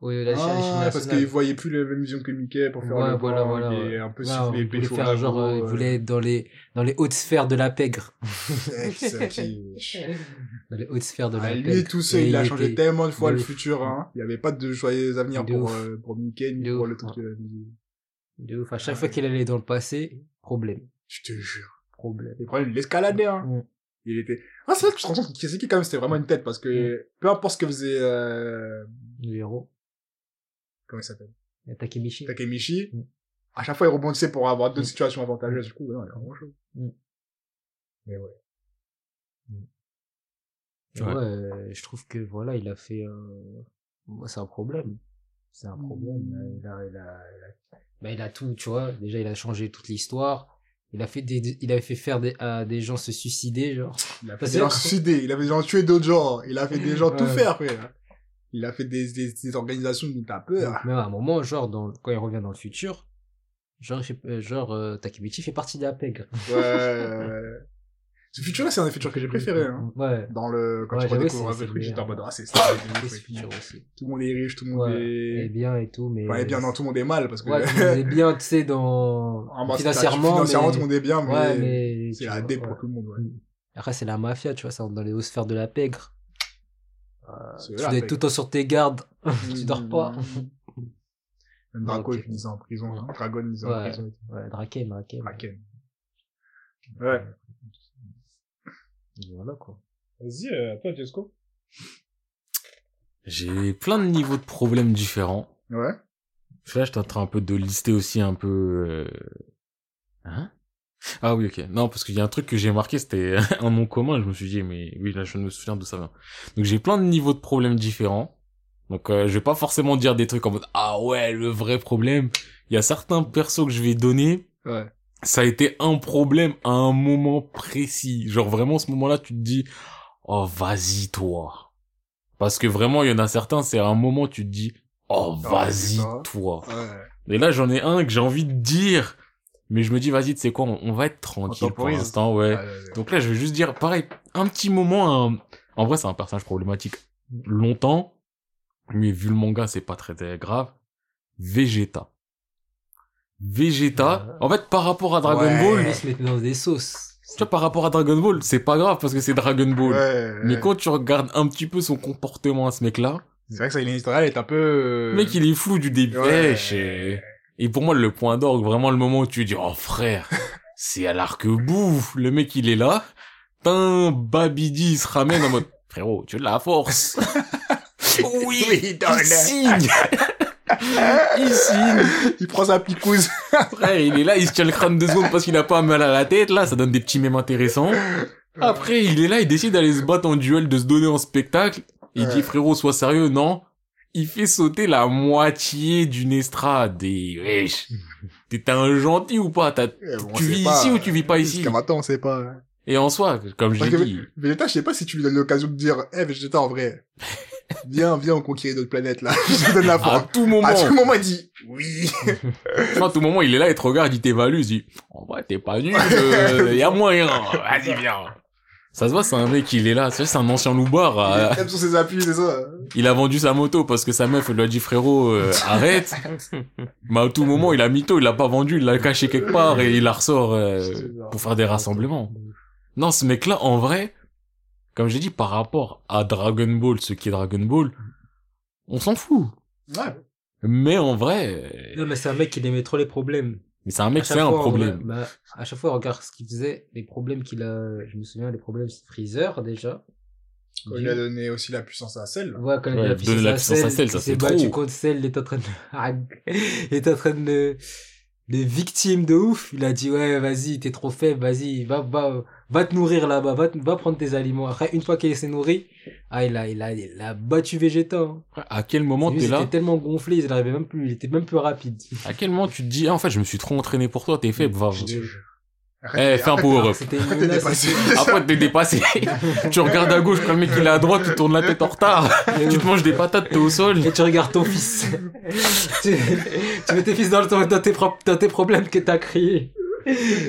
S3: au- la- la- la-
S1: Ah,
S3: la-
S1: parce
S3: la-
S1: qu'ils voyaient plus les mêmes visions que Mickey pour faire
S3: Ouais,
S1: le
S3: voilà,
S1: vent,
S3: voilà,
S1: il est
S3: ouais.
S1: un peu
S3: Ouais,
S1: soufflé,
S3: on voulait
S1: pécho
S3: faire
S1: là,
S3: genre,
S1: gros,
S3: euh, il
S1: euh,
S3: voulait être dans les, dans les hautes sphères de la pègre.
S1: c'est ça qui-
S3: Dans les hautes sphères de la
S1: Ah,
S3: pègre.
S1: lui tout seul,
S3: Et
S1: il a
S3: était-
S1: changé tellement de fois
S3: de
S1: le
S3: ouf.
S1: futur. Hein. Il n'y avait pas de joyeux avenir
S3: De
S1: pour,
S3: ouf.
S1: euh, pour Mickey ni
S3: De
S1: pour euh,
S3: ouf,
S1: le truc
S3: ouais.
S1: de la musique.
S3: De ouf. À chaque
S1: Ah, Ouais.
S3: fois qu'il allait dans le passé, problème.
S1: Je te jure.
S3: Problème.
S1: Les problèmes, il l'escaladait. Hein.
S3: Mm.
S1: Il était. Ah, c'est vrai que tu te rends compte que Kiseki, quand même, c'était vraiment une tête parce
S3: Mm.
S1: que peu importe ce que faisait. Euh...
S3: Le héros.
S1: Comment il s'appelle
S3: Et Takemichi.
S1: Takemichi.
S3: Mm.
S1: À chaque fois, il rebondissait pour avoir
S3: Mm.
S1: d'autres situations avantageuses. Du coup, ouais, non, il a vraiment chaud.
S3: Mm.
S1: Mais ouais.
S3: Et
S2: Ouais.
S3: ouais, euh, je trouve que voilà, il a fait un. Moi, c'est un problème. C'est un problème.
S1: Mm.
S3: Il a, il a, il a- bah, il a tout, tu vois. Déjà, il a changé toute l'histoire. Il a fait des, il a fait faire des, à des gens se suicider, genre.
S1: Il a fait
S3: Parce
S1: des
S3: que-
S1: gens suicider, il a fait des gens tuer d'autres gens, il a fait des gens tout
S3: Bah, Ouais.
S1: faire, frère. Il a fait des, des, des organisations dont t'as peur.
S3: Donc, même à un moment, genre, dans, quand il revient dans le futur, genre, il fait- euh, genre euh, Takemichi fait partie de la E pègre.
S1: Ouais. Ce futur-là, c'est un des futurs que j'ai préféré. Hein.
S3: Ouais.
S1: Dans le, quand
S3: Ouais,
S1: tu
S3: j'avoue,
S1: redécouvres un
S3: c'est-
S1: peu le
S3: c'est
S1: truc,
S3: le
S1: j'étais en mode,
S3: meilleur.
S1: ah, c'est ça.
S3: C'est
S1: c'est
S3: ce
S1: ouf.
S3: futur aussi.
S1: Tout le monde est riche, tout le monde
S3: Ouais.
S1: est...
S3: Et bien et tout, mais.
S1: Enfin, eh bien, non, tout le monde est mal, parce que...
S3: Ouais, tout le monde est bien, tu sais, dans.
S1: Ah, bah, c'est-
S3: financièrement.
S1: financièrement,
S3: mais-
S1: tout le monde est bien, mais...
S3: Ouais, mais.
S1: C'est
S3: tu
S1: la
S3: vois,
S1: dé
S3: ouais. Mm.
S1: pour tout le monde, ouais.
S3: Après, c'est la mafia, tu vois, ça rentre dans les hautes sphères de la pègre.
S1: Euh, C'est
S3: Tu
S1: la
S3: dois être
S1: paix.
S3: tout le temps sur tes gardes. tu dors pas.
S1: Même Draco,
S3: Ok.
S1: il finissait en prison.
S3: Ouais.
S1: Dragon, il finissait en
S3: Ouais.
S1: prison. et tout.
S3: Ouais, Draken, Draken.
S1: Kraken. Ouais.
S3: Voilà, quoi.
S1: Vas-y, euh, à toi, Jesco.
S2: J'ai plein de niveaux de problèmes différents.
S1: Ouais.
S2: Parce que Là, je suis en train un peu de lister aussi un peu... euh, Hein Ah oui, ok. Non, parce qu'il y a un truc que j'ai marqué, c'était un nom commun. Je me suis dit, mais oui, là, je me souviens d'où ça vient. Donc, j'ai plein de niveaux de problèmes différents. Donc, euh, je vais pas forcément dire des trucs en mode, ah ouais, le vrai problème. Il y a certains persos que je vais donner,
S1: Ouais.
S2: ça a été un problème à un moment précis. Genre vraiment, ce moment-là, tu te dis, oh, vas-y, toi. Parce que vraiment, il y en a certains, c'est à un moment, tu te dis, oh,
S1: Oh,
S2: vas-y,
S1: putain.
S2: toi.
S1: Ouais.
S2: Et là, j'en ai un que j'ai envie de dire. Mais je me dis, vas-y, tu sais quoi, on, on va être tranquille pour
S1: temporise.
S2: l'instant, ouais.
S1: Ouais, ouais, ouais.
S2: Donc là, je vais juste dire, pareil, un petit moment, un- en vrai, c'est un personnage problématique longtemps, mais vu le manga, c'est pas très euh, grave. Vegeta. Vegeta, en fait, par rapport à Dragon
S1: Euh. Ouais.
S2: Ball,
S3: Ils se mettent dans des sauces.
S2: tu vois, par rapport à Dragon Ball, c'est pas grave parce que c'est Dragon Ball.
S1: Ouais,
S2: Mais
S1: ouais.
S2: quand tu regardes un petit peu son comportement à ce mec-là,
S1: C'est vrai que ça, il est historique, elle est un peu... euh,
S2: le mec, il est flou du début.
S1: Ouais.
S2: Eh, c'est- Et pour moi, le point d'orgue, vraiment le moment où tu dis, oh frère, c'est à l'arc-bout. Le mec, il est là. Tin, Babidi, il se ramène en mode, frérot, tu as de la force. oui,
S1: Oui, Oh, dans le-
S2: il signe. il signe.
S1: Il prend sa picouse.
S2: Frère, il est là, il se tient le crâne deux secondes parce qu'il a pas mal à la tête, là, ça donne des petits mèmes intéressants. Après, il est là, il décide d'aller se battre en duel, de se donner en spectacle. Il
S1: Ouais.
S2: dit, frérot, sois sérieux, non? Il fait sauter la moitié d'une estrade et, wesh, t'es un gentil ou pas? T'as- tu vis ici ou tu vis pas ici?
S1: hein. Jusqu'à maintenant, on sait pas. hein.
S2: Et en soi, comme je
S1: Parce
S2: l'ai
S1: que-
S2: dit,
S1: Vegeta, je sais pas si tu lui donnes l'occasion de dire, eh, Vegeta, en vrai, viens, viens, on conquérit d'autres planètes, là. Je te donne la
S2: à
S1: force.
S2: tout moment,
S1: À tout moment, il dit, oui.
S2: enfin, à tout moment, il est là, il te regarde, il t'évalue, il dit, en vrai, t'es pas nul, euh, y a moyen, vas-y, viens. Ça se voit, c'est un mec, il est là, tu sais, c'est un ancien loupard,
S1: Il
S2: à-
S1: est même sur ses appuis, c'est ça.
S2: Il a vendu sa moto parce que sa meuf elle lui a dit frérot euh, arrête. Mais à tout moment il a mytho, il l'a pas vendu, il l'a caché quelque part et il la ressort euh, pour faire des rassemblements. Non ce mec là en vrai, comme j'ai dit par rapport à Dragon Ball, ce qui est Dragon Ball, on s'en fout.
S1: Ouais.
S2: Mais en vrai, euh,
S3: Non, mais c'est un mec qui aimait trop les problèmes.
S2: mais c'est un mec
S3: À chaque
S2: c'est un
S3: fois,
S2: problème.
S3: ouais, bah, à chaque fois, regarde ce qu'il faisait, les problèmes qu'il a. Je me souviens, les problèmes c'est Freezer déjà.
S1: Quand il a donné aussi la puissance à Cell.
S3: Ouais, quand il
S2: Ouais,
S3: a
S2: donner
S3: donné
S2: la puissance à Cell, ça,
S3: il
S2: c'est
S3: s'est battu
S2: trop.
S3: contre bah, Cell, il est en train de. il est en train de. Les victimes de ouf, il a dit ouais vas-y t'es trop faible, vas-y va va va te nourrir là-bas, va, te- va prendre tes aliments. Après une fois qu'il s'est nourri, ah il a il a il a battu Vegeta. Hein.
S2: À quel moment
S3: Lui,
S2: t'es là
S3: était tellement gonflé, il arrivait même plus, il était même plus rapide.
S2: À quel moment tu te dis ah, en fait je me suis trop entraîné pour toi, t'es faible, va.
S1: Je te jure.
S2: Eh fais un power up.
S3: C'était
S1: Après,
S3: une
S1: t'es
S3: menace.
S1: dépassé.
S2: Après t'es dépassé. tu regardes à gauche, quand le mec il est à droite, tu tournes la tête en retard.
S3: Et
S2: Tu te manges des patates, t'es au sol.
S3: Et tu regardes ton fils. tu, tu mets tes fils dans, le- dans, tes, pro- dans tes problèmes que t'as crié.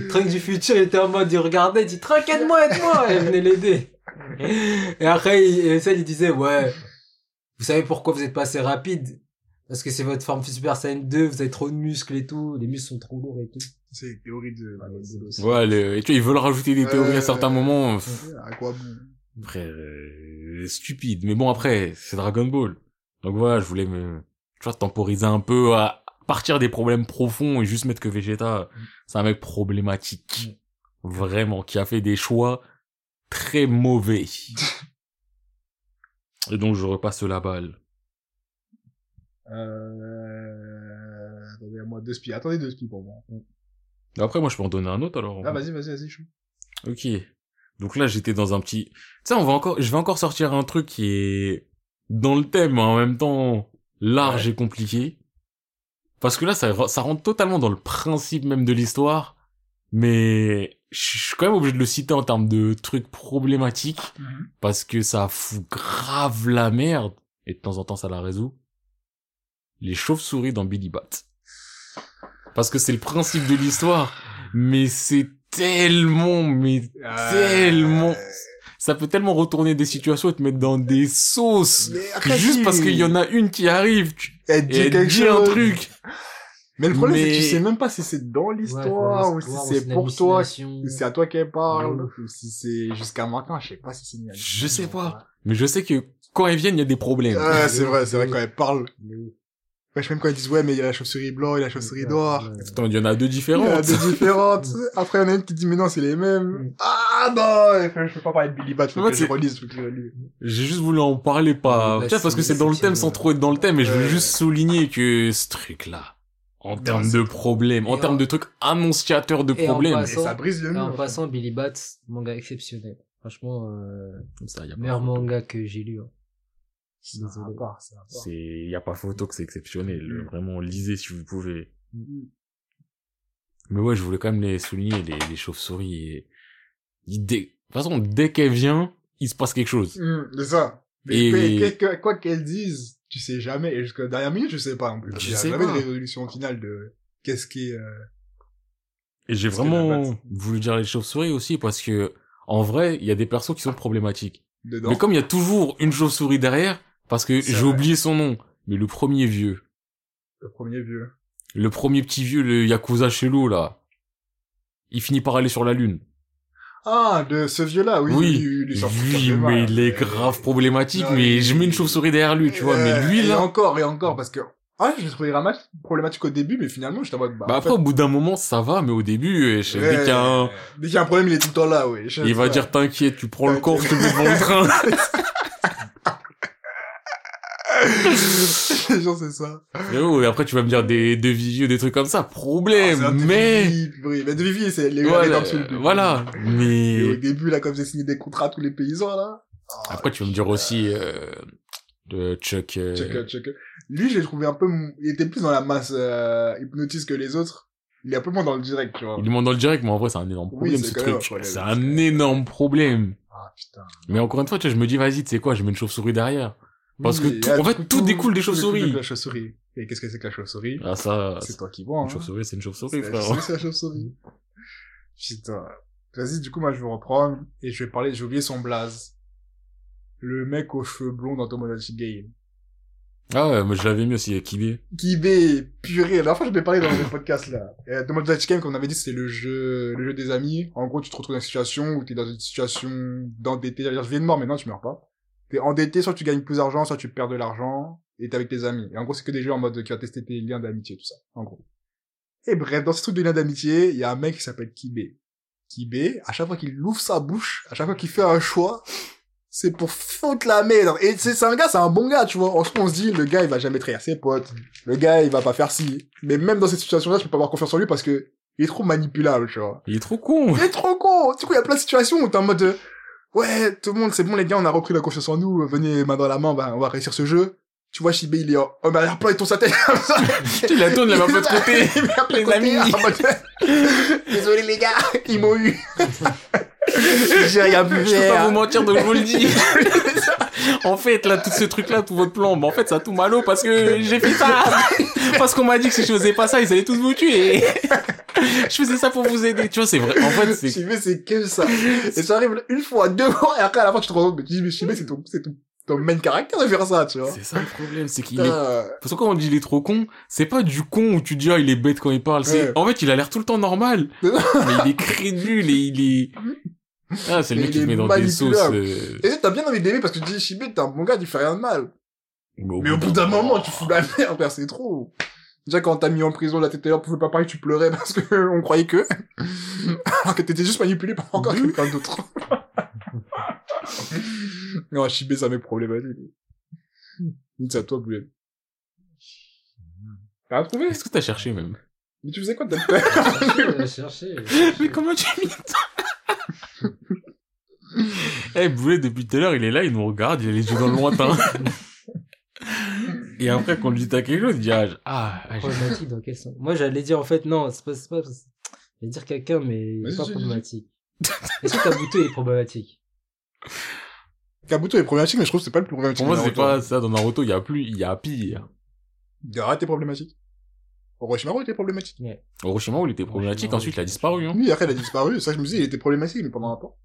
S3: Truc du futur, il était en mode, il regardait, il dit, Truc, aide-moi, aide-moi, et elle venait l'aider. Et après, il, et celle, il disait, ouais, vous savez pourquoi vous êtes passé rapide? Parce que c'est votre forme Super Saiyan 2, vous avez trop de muscles et tout, les muscles sont trop lourds et tout.
S1: C'est une théorie de...
S2: Ouais, le- et tu vois, ils veulent rajouter des théories à
S1: Euh,
S2: certains moments. Pff,
S1: Ouais, à quoi bon
S2: Après, euh, stupide. Mais bon, après, c'est Dragon Ball. Donc voilà, je voulais me, tu vois, temporiser un peu à partir des problèmes profonds et juste mettre que Vegeta, c'est un mec problématique. Vraiment, qui a fait des choix très mauvais. Et donc, je repasse la balle.
S1: Euh... Attendez, à moi, deux spies. Attendez, deux spies pour moi.
S2: Mm-hmm. Après, moi, je peux en donner un autre, alors.
S1: Ah, vas-y, vas-y, vas-y, chou.
S2: Ok. Donc là, j'étais dans un petit. Tu sais, on va encore, je vais encore sortir un truc qui est dans le thème, mais en même temps large et compliqué. Parce que là, ça, re- ça rentre totalement dans le principe même de l'histoire, mais je suis quand même obligé de le citer en termes de trucs problématiques parce que ça fout grave la merde et de temps en temps ça la résout. Les chauves-souris dans Billy Bat. Parce que c'est le principe de l'histoire, mais c'est tellement, mais
S1: Euh,
S2: tellement. Ça peut tellement retourner des situations et te mettre dans des sauces.
S1: Mais après,
S2: Juste
S1: si,
S2: parce qu'il y en a une qui arrive tu-
S1: Elle
S2: et elle dit un truc.
S1: Mais le problème, c'est que tu
S2: Mais-
S1: sais même pas si c'est dans l'histoire ou si c'est pour toi, si c'est à toi qu'elle parle, ou si c'est jusqu'à maintenant, je sais pas si c'est une
S2: Je sais pas. Mais je sais que quand elles viennent, il y a des problèmes.
S1: Ah, c'est vrai, c'est vrai, quand elle parle. Wesh, même quand ils disent, ouais, mais il y a la chauve-souris blanc et la chauve-souris noire.
S2: Attends, il y en a deux
S1: Il y en a
S2: différentes. Mm.
S1: deux différentes. Après, il y en a une qui dit, mais non, c'est les mêmes. Ah, non, je peux pas parler de Billy Bat, faut
S2: En fait,
S1: que je
S2: c'est-
S1: relise, faut que je relise.
S2: J'ai juste voulu en parler, pas...
S3: Oui, bah,
S2: Tiens, parce
S3: c'est-
S2: que c'est dans le
S3: c'est-
S2: thème sans trop être dans le thème, et je voulais
S1: Ouais.
S2: juste souligner que ce truc-là, en
S1: Non,
S2: termes
S1: c'est-
S2: de problèmes, en
S3: Et
S2: termes
S3: en-
S2: de trucs annonciateurs de
S3: et en
S2: problèmes,
S1: Et
S3: passant-
S1: ça brise le
S3: Et
S1: mur.
S3: en
S1: fait.
S3: passant, Billy Bat, manga exceptionnel. Franchement, euh,
S2: comme ça, y a pas
S3: meilleur
S2: photo.
S3: manga que j'ai lu. hein.
S1: Ah, C'est un rapport, c'est un rapport.
S2: C'est, y a pas photo que c'est exceptionnel.
S1: Mm.
S2: Vraiment, lisez si vous pouvez. Mais ouais, je voulais quand même les souligner, les, les chauves-souris. Et... ils dé- De toute façon, dès qu'elle vient, il se passe quelque chose.
S1: Hum, c'est ça. Mais,
S2: Et-
S1: mais que- que- quoi qu'elles disent, tu sais jamais. Et jusqu'à la dernière minute, je sais pas. En plus.
S2: Je
S1: Il y a
S2: sais
S1: jamais
S2: pas.
S1: de résolution finale de qu'est-ce qui est... euh,
S2: Et j'ai
S1: Parce que la
S2: vraiment
S1: batte-
S2: voulu dire les chauves-souris aussi, parce que, en vrai, il y a des persos qui sont problématiques.
S1: dedans.
S2: Mais comme il y a toujours une chauve-souris derrière, parce que
S1: C'est
S2: j'ai
S1: vrai.
S2: oublié son nom, mais le premier vieux,
S1: Le premier vieux.
S2: le premier petit vieux, le Yakuza Shelo, là, il finit par aller sur la lune.
S1: Ah, de ce vieux-là, oui.
S2: Oui,
S1: il- il est sorti
S2: lui,
S1: sur le
S2: mais
S1: mal.
S2: il est grave problématique,
S1: Non,
S2: mais
S1: il-
S2: je mets une chauve-souris derrière lui, tu vois, mais
S1: Euh,
S2: lui,
S1: Et
S2: là...
S1: encore, et encore, parce que... Ah, je l'ai trouvé dramatique, problématique au début, mais finalement, je t'avoue que...
S2: Bah
S1: en
S2: après,
S1: fait,
S2: au bout d'un moment, ça va, mais au début, euh, je sais,
S1: ouais,
S2: dès qu'il y a un...
S1: dès qu'il y a un problème, il est tout le temps là, oui. Je-
S2: Il va
S1: ouais.
S2: dire, t'inquiète, tu prends le corps, je te mets devant le train.
S1: Genre, c'est ça.
S2: Mais oh, et après, tu vas me dire des, des vieux, des trucs comme ça,
S1: Ah,
S2: problème,
S1: c'est un
S2: mais...
S1: Devi, oui, mais Devi, c'est les les
S2: Voilà,
S1: dents sous le-
S2: voilà, mais...
S1: Et au début, là, comme j'ai signé des contrats à tous les paysans, là. Ah,
S2: Après, tu vas me dire aussi euh, de Chuck. euh,
S1: Check, it, check. it. Lui, je l'ai trouvé un peu. mou- Il était plus dans la masse euh, hypnotiste que les autres. Il est un peu moins dans le direct, tu vois.
S2: Il demande dans le direct, mais en vrai, c'est un énorme
S1: Oui,
S2: problème
S1: c'est
S2: ce
S1: quand même un
S2: truc.
S1: problème.
S2: C'est un énorme problème.
S1: Ah putain.
S2: Mais encore une fois, tu vois, je me dis, vas-y, tu sais quoi, je mets une chauve-souris derrière. Parce que
S1: Oui, et
S2: tout-
S1: là,
S2: en fait,
S1: du coup,
S2: tout découle des
S1: tout découle
S2: chauves-souris.
S1: de la chauve-souris. Et qu'est-ce que c'est que la chauve-souris
S2: Ah, ça,
S1: C'est
S2: c'est
S1: toi qui vois. Hein.
S2: une chauve-souris, c'est une chauve-souris,
S1: C'est la
S2: frère.
S1: chauve-souris, c'est la chauve-souris. Putain. Vas-y, du coup, moi, je vais reprendre et je vais parler. J'ai oublié son blaze. Le mec aux cheveux blonds dans Tomodachi Game.
S2: Ah ouais, mais je l'avais mis aussi, Akibé.
S1: Kibé, purée. La dernière fois, je vais parler dans le podcast, là. Euh, Tomb Raider Game, comme on avait dit, c'est le jeu, le jeu des amis. En gros, tu te retrouves dans une situation où t'es dans une situation d'endetté. C'est-à-dire, je viens de mort, mais non, tu meurs pas. T'es endetté, soit tu gagnes plus d'argent, soit tu perds de l'argent, et t'es avec tes amis. Et en gros, c'est que des jeux en mode qui va tester tes liens d'amitié, tout ça. En gros. Et bref, dans ce truc de liens d'amitié, il y a un mec qui s'appelle Kibé. Kibé, à chaque fois qu'il ouvre sa bouche, à chaque fois qu'il fait un choix, c'est pour foutre la merde. Et c'est c'est un gars, c'est un bon gars, tu vois. On, se- on se dit, le gars, il va jamais trahir ses potes. Le gars, il va pas faire ci. Mais même dans cette situation-là, je peux pas avoir confiance en lui parce que il est trop manipulable, tu vois.
S2: Il est trop con.
S1: Il est trop con. Du coup, il y a plein de situations où t'es en mode, euh, ouais, tout le monde, c'est bon, les gars, on a repris la confiance en nous. Venez, main dans la main, on va, on va réussir ce jeu. Tu vois, Shibé, il est en en arrière-plan, il tourne sa tête comme ça.
S2: Tu la tourne, il l'avait un peu de côté.
S1: Il met un peu de
S2: Les
S1: côté,
S2: amis.
S1: en mode, Désolé, les gars, ils m'ont eu. J'ai rien pu
S2: Je peux pas
S1: faire.
S2: vous mentir, donc je vous le dis. en fait, là, tout ce truc-là, tout votre plan, bah, en fait, ça a tout malo parce que j'ai fait ça. parce qu'on m'a dit que si je faisais pas ça, ils allaient tous vous tuer. je faisais ça pour vous aider. Tu vois, c'est vrai. En fait, c'est
S1: Shibé, c'est que ça. Et ça arrive une fois, deux fois, et après, à la fin, tu te rends compte, mais tu dis, mais Shibé, c'est ton, c'est ton, ton main caractère de faire ça, tu vois.
S2: C'est ça le problème, c'est qu'il est...
S1: Putain,
S2: Parce que quand on dit il est trop con, c'est pas du con où tu dis, ah, il est bête quand il parle. C'est,
S1: Ouais.
S2: en fait, il a l'air tout le temps normal. mais il est crédule et il est... Ah, c'est le
S1: Mhm. Mais il
S2: mec qui se
S1: est
S2: met dans des sauces.
S1: manipulable.
S2: euh,
S1: Et t'as bien envie d'aimer parce que tu dis, Shibé, t'es un bon gars, tu fais rien de mal. Mais au bout d'un moment, tu fous la merde, frère, c'est trop. Déjà, quand t'as mis en prison, là, t'étais là, on pouvait pas parler, tu pleurais parce que on croyait que. Alors que t'étais juste manipulé par encore quelqu'un d'autre. non, Shibé, ça m'est problématique. C'est à toi, Boulet. T'as trouvé?
S2: Est-ce que t'as cherché même
S1: Mais tu faisais quoi de ta
S3: Cherchez, cherchez, cherchez.
S2: Mais comment tu as mis Eh, Boulet, depuis tout à l'heure, il est là, il nous regarde, il a les yeux dans le lointain. Et après, quand on lui dit t'as quelque chose, il dit ah, j- ah, ah, j'ai-
S3: Problématique dans quel sens Moi, j'allais dire en fait, non, c'est pas, c'est pas, j'allais dire quelqu'un, mais il est
S1: Vas-y,
S3: pas
S1: dis, dis, dis.
S3: problématique. Est-ce que Kabuto est problématique
S1: Kabuto est problématique, mais je trouve que c'est pas le plus problématique.
S2: Pour moi,
S1: de
S2: c'est
S1: Naruto.
S2: pas ça. Dans Naruto, il y a plus, il y a pire.
S1: Gaara était problématique. Orochimaru était problématique.
S2: Orochimaru, il était problématique,
S3: Orochimaru,
S2: ensuite, il a
S3: était-
S2: disparu, hein.
S1: Lui, après, il a disparu. Ça, je me dis, il était problématique, mais pendant un temps.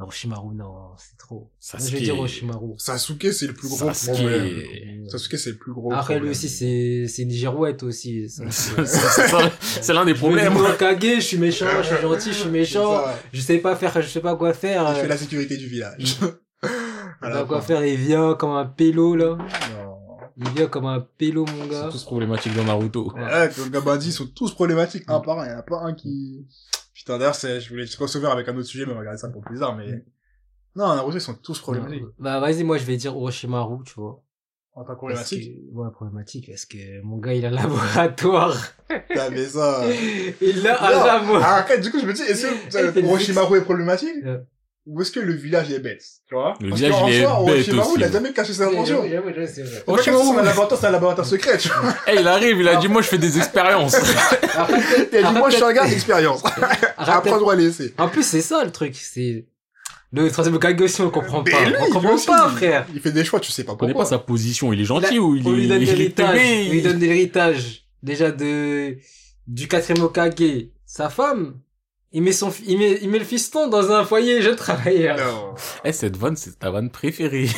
S3: Orochimaru, non, c'est trop. Moi,
S2: Sasuke.
S3: je vais dire Orochimaru. Ah,
S1: Sasuke, c'est le plus gros problème.
S2: Sasuke.
S1: Sasuke, c'est le plus gros
S3: Après,
S1: problème.
S3: lui aussi, c'est, c'est une girouette aussi. ça.
S2: C'est- c'est- c'est- C'est l'un des
S3: Je me
S2: problèmes.
S3: dis, moi, Kage, je suis méchant, je suis gentil, je suis méchant.
S1: Ça,
S3: Je sais pas faire, je sais pas quoi faire.
S1: Il
S3: euh,
S1: fait la sécurité du village. À
S3: je sais
S1: la
S3: pas quoi
S1: fin.
S3: faire, il vient comme un pélo, là.
S1: Non.
S3: Il vient comme un pélo, mon
S2: C'est
S3: gars.
S2: tous problématiques dans Naruto.
S1: Ouais, comme Gabadi, ils sont tous problématiques, un par un. Il y en a pas un qui... Putain, d'ailleurs, c'est- je voulais te recevoir avec un autre sujet, mais on va regarder ça pour plus tard, mais... Non, Naruto, ils sont tous problématiques.
S3: Bah, vas-y, moi, je vais dire Orochimaru, tu vois.
S1: En tant que
S3: Parce
S1: problématique,
S3: que- ouais, problématique, parce que mon gars, il a un laboratoire.
S1: t'avais ça...
S3: il a un
S1: Ah. Non.
S3: laboratoire.
S1: Ah, après, du coup, je me dis, est-ce
S3: Il fait
S1: que euh,
S3: le
S1: Orochimaru est problématique
S3: Ouais.
S1: Ou est-ce que le village est bête Tu vois
S2: Le
S1: Parce
S2: village,
S1: qu'en
S2: il est
S1: soi,
S2: bête
S1: Orochimaru,
S2: aussi.
S1: il a jamais caché ses intentions.
S3: Ouais, ouais, ouais, c'est vrai.
S1: C'est pas caché son laboratoire, c'est un laboratoire secret, tu vois.
S2: Eh, il arrive, il a dit, moi, je fais des expériences.
S3: Après,
S1: Il a dit, moi, je suis un gars d'expérience.
S3: Arrête-
S1: Apprends-toi à laisser.
S3: En plus, c'est ça le truc, c'est le troisième Kage aussi, on le comprend
S1: Mais
S3: pas.
S1: lui,
S3: on
S1: il
S3: le comprend
S1: veut aussi,
S3: pas,
S1: il-
S3: frère.
S1: Il fait des choix, tu sais pas
S2: On connaît
S1: pourquoi.
S2: pas sa position. Il est gentil
S3: Il a-
S2: ou il
S3: on lui donne
S2: est,
S3: de
S2: il est
S3: l'héritage. On lui
S2: teubé
S3: donne de l'héritage. Déjà de, du quatrième Okage, sa femme, il met son, fi- il met, il met le fiston dans un foyer jeune travailleur.
S1: Non.
S2: Eh, cette vanne, c'est ta vanne préférée.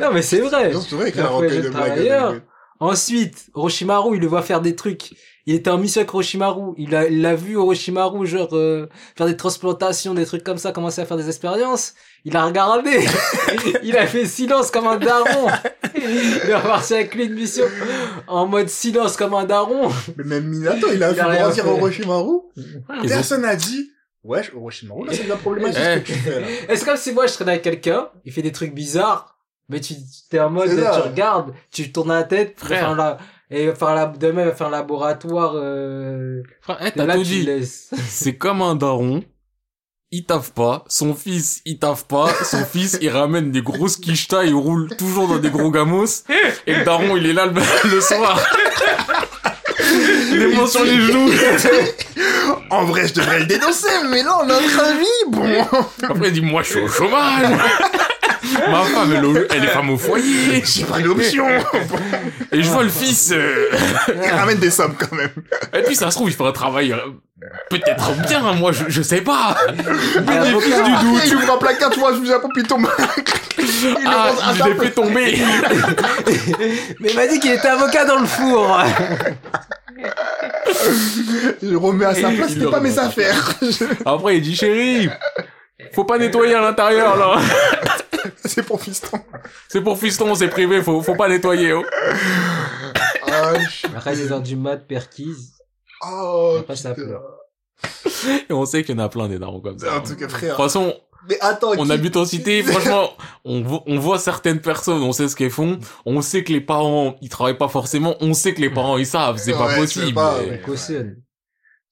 S3: non, mais c'est vrai.
S1: Non, c'est vrai qu'il
S3: Il
S1: a
S3: a
S1: un recueil
S3: fait
S1: de
S3: le
S1: blagues.
S3: travailleur.
S1: de-
S3: Ensuite, Orochimaru, il le voit faire des trucs. Il était en mission avec Orochimaru. Il a- il l'a vu, Orochimaru, genre, euh, faire des transplantations, des trucs comme ça, commencer à faire des expériences. Il a regardé. il a fait silence comme un daron. Il est reparti avec lui une mission en mode silence comme un daron.
S1: Mais même Minato, il a
S3: Il a
S1: vu
S3: rien
S1: grandir
S3: fait.
S1: Orochimaru.
S2: Ils ont-
S1: Personne n'a dit, ouais, Orochimaru, là, c'est de la problématique
S3: Eh.
S1: ce que tu fais, là.
S3: Est-ce comme si moi je traînais avec quelqu'un, il fait des trucs bizarres, mais tu t'es en mode,
S1: C'est ça.
S3: tu regardes, tu tournes la tête,
S2: Frère.
S3: faire la, et faire la, demain, il va faire un laboratoire, euh,
S2: Frère, eh,
S3: et
S2: t'as
S3: là
S2: tout
S3: tu
S2: dit.
S3: laisses.
S2: C'est comme un daron. Il taffe pas. Son fils, il taffe pas. Son fils, il ramène des grosses quichetas. Il roule toujours dans des gros gamos. Et le daron, il est là le, le soir. les mains sur les genoux.
S1: En vrai, je devrais le dénoncer, mais là, on a notre avis, bon.
S2: Après, il dit, moi, je suis au chômage. Ma femme, elle, est au- elle est femme au foyer.
S1: J'ai pris l'option.
S2: Et je vois le fils. euh,
S1: Il ramène des sommes, quand même.
S2: Et puis, ça se trouve, il fait un travail euh, peut-être bien. Moi, je, je sais pas. Bénéfice du doute.
S1: Il ouvre un placard, tu vois, je vous apprends, puis il tombe. Il le
S2: Ah,
S1: pose à
S2: je
S1: sa
S2: l'ai
S1: place.
S2: fait tomber.
S3: Mais il m'a dit qu'il était avocat dans le four.
S1: Il le remet à sa place,
S2: Il
S1: c'était
S2: le
S1: pas
S2: remet
S1: mes
S2: à sa
S1: affaires.
S2: Après, il dit, chérie, faut pas nettoyer à l'intérieur, là.
S1: C'est pour fiston.
S2: C'est pour fiston, c'est privé, faut, faut pas nettoyer. Oh.
S1: Ah, je-
S3: Après, les heures du mat, Perkis.
S1: Oh,
S3: Après, ça
S1: putain.
S3: pleure.
S2: Et on sait qu'il y en a plein des darons comme ça. hein.
S1: En tout cas,
S2: De
S1: frère.
S2: toute façon,
S1: Mais attends,
S2: on
S1: qui-
S2: habite en cité, franchement, on, vo- on voit certaines personnes, on sait ce qu'elles font, on sait que les parents, ils travaillent pas forcément, on sait que les parents, ils savent, c'est
S1: Ouais,
S2: pas
S1: c'est
S2: possible.
S1: pas,
S2: mais-
S1: ouais.
S3: Il cautionne.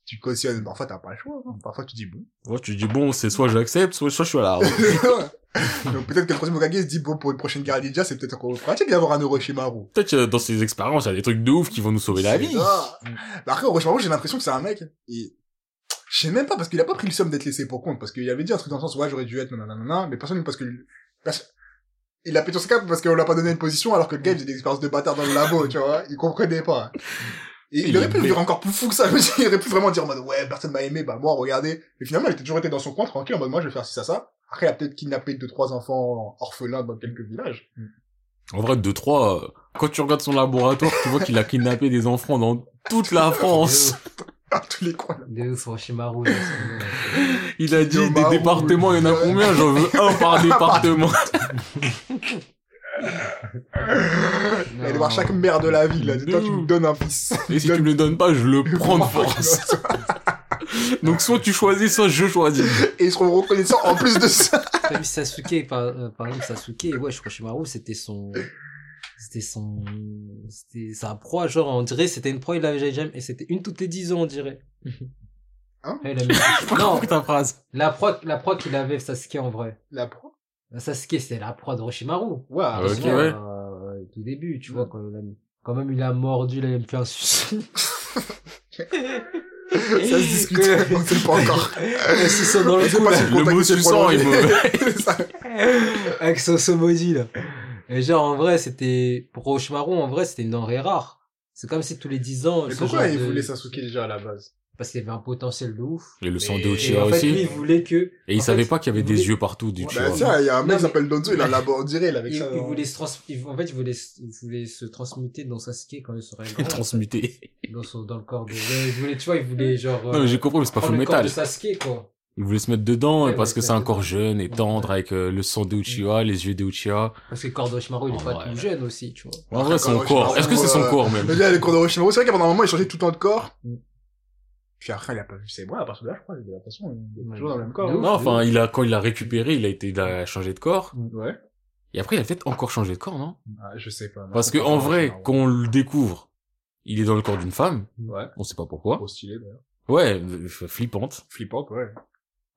S1: Tu cautionnes. Parfois, t'as pas le choix. hein. Parfois, tu dis bon.
S2: Moi, tu dis, bon, c'est soit j'accepte, soit, soit je suis à la rue.
S1: Donc, peut-être que le troisième Okage se dit bon, pour une prochaine guerre ninja, c'est peut-être encore pratique d'avoir un Orochimaru.
S2: Peut-être que dans ces expériences, il y a des trucs de ouf qui vont nous sauver la
S1: C'est
S2: vie.
S1: ça. Bah, après, Orochimaru, j'ai l'impression que c'est un mec. Et... Je sais même pas, parce qu'il a pas pris le somme d'être laissé pour compte. Parce qu'il avait dit un truc dans le sens, ouais, j'aurais dû être, nanana, mais personne, parce que. parce- Il a pété son cap parce qu'on lui a pas donné une position, alors que le gars, il faisait des expériences de bâtard dans le labo, tu vois. Il comprenait pas. Et il,
S2: Il
S1: aurait
S2: est
S1: pu le
S2: bête.
S1: dire encore plus fou que ça, je veux dire, il aurait pu vraiment dire en mode, ouais, personne m'a aimé, bah moi, regardez. Mais finalement, il était toujours été dans son coin, tranquille, en mode, moi, je vais faire ci, ça, ça. Après, il a peut-être kidnappé deux, trois enfants orphelins dans quelques villages.
S2: En vrai, 2-3, quand tu regardes son laboratoire, tu vois qu'il a kidnappé des enfants dans toute la France.
S1: À tous les coins.
S3: De ouf, Franchimaru, là, c'est-
S2: Il a dit
S1: Yo,
S2: des
S1: Marou,
S2: départements, il y en a
S1: euh,
S2: combien J'en veux un par département.
S1: Et de voir chaque mère de la ville. Toi, tu me donnes un fils.
S2: Et si tu me le donnes pas, je le prends de force. Donc soit tu choisis, soit je choisis.
S1: Et ils seront reconnaissants en plus de ça.
S3: T'as vu Sasuke, par, euh, par exemple, Sasuke, ouais, Shikoshimaru, c'était son, c'était son, c'était sa proie, genre, on dirait, c'était une proie, il l'avait jamais, et c'était une toutes les 10 ans, on dirait.
S1: Hein
S3: Ouais, il a mis- non,
S2: Non, ta phrase.
S3: la proie, la proie qu'il avait, Sasuke, en vrai.
S1: La pro.
S3: Sasuke, c'est la proie de Roshimaru.
S1: Ouais,
S2: Ah, ok,
S3: Tu vois,
S2: ouais.
S3: euh, au tout début, tu vois, quand, il a, quand même, il a mordu, il a même fait un suicide.
S1: Ça se discute. On sait pas encore.
S3: Un suicide dans le
S1: On sait
S3: cou,
S1: pas
S3: là,
S1: si le
S2: le
S1: contact
S2: mot
S1: était
S2: sucent
S1: prolongé.
S2: est mauvais.
S1: C'est ça.
S3: avec son somodi, là. Et genre, en vrai, c'était, pour Roshimaru, en vrai, c'était une denrée rare. C'est comme si tous les 10 ans,
S1: Mais
S3: ce
S1: pourquoi
S3: genre
S1: il
S3: de-
S1: voulait Sasuke déjà à la base
S3: Parce qu'il y avait un potentiel de ouf.
S2: Et le sang
S1: Mais-
S2: de
S3: Et
S2: Uchiha
S3: en fait, lui,
S2: aussi.
S3: il voulait que,
S2: Et il
S3: en
S2: savait
S3: fait,
S2: pas qu'il y avait
S3: il
S2: des
S3: voulait-
S2: yeux partout du hein,
S3: Ouais.
S1: Bah
S2: Uchiha.
S1: tiens, il y a un
S3: Non,
S1: mec qui
S3: mais-
S1: s'appelle Donzo, il a un labo, on dirait, il est avec
S3: il,
S1: ça. hein.
S3: il
S1: dans-
S3: voulait se trans, il- en fait, il voulait, se- il voulait se transmuter dans Sasuke quand il serait grand.
S2: Transmuté.
S3: dans son, dans le corps de, euh, il voulait, tu vois, il voulait, genre,
S2: Non, mais j'ai compris, mais c'est pas
S3: prendre
S2: full
S3: Oh, le corps
S2: metal.
S3: de Sasuke, quoi.
S2: Il voulait se mettre dedans
S3: Ouais,
S2: et parce que
S3: mais
S2: c'est un
S3: c'est-
S2: corps jeune et tendre avec euh, le sang de Uchiha, les yeux de Uchiha.
S3: Parce que le corps de Oshimaru, il est
S2: En
S3: pas
S2: vrai.
S3: tout jeune aussi, tu vois.
S2: En vrai, c'est
S1: Encore
S2: son corps.
S1: Uchiha,
S2: Est-ce que c'est son
S1: euh,
S2: corps
S1: Le
S2: même
S1: gars, le cours de Orochimaru, c'est vrai qu'à un moment, il changeait tout le temps de corps.
S3: Mm.
S1: Puis après, il a pas vu ses bras, à partir de là, je crois, il a l'impression, il est
S3: Ouais.
S1: toujours dans le même corps. hein.
S3: De ouf.
S2: Non, enfin, il a quand il l'a récupéré, il a été il a changé de corps.
S1: Ouais.
S2: Et après, il a peut-être encore changé de corps, non
S3: Bah,
S1: Ah, je sais pas. non,
S2: Parce que
S1: c'est pas
S2: en
S1: ça,
S2: vrai,
S1: Orochimaru.
S2: qu'on le découvre, il est dans le corps d'une femme.
S1: Ouais.
S2: On sait pas pourquoi.
S1: Trop stylé, d'ailleurs.
S2: Ouais, euh, flippante.
S1: Flippant, ouais.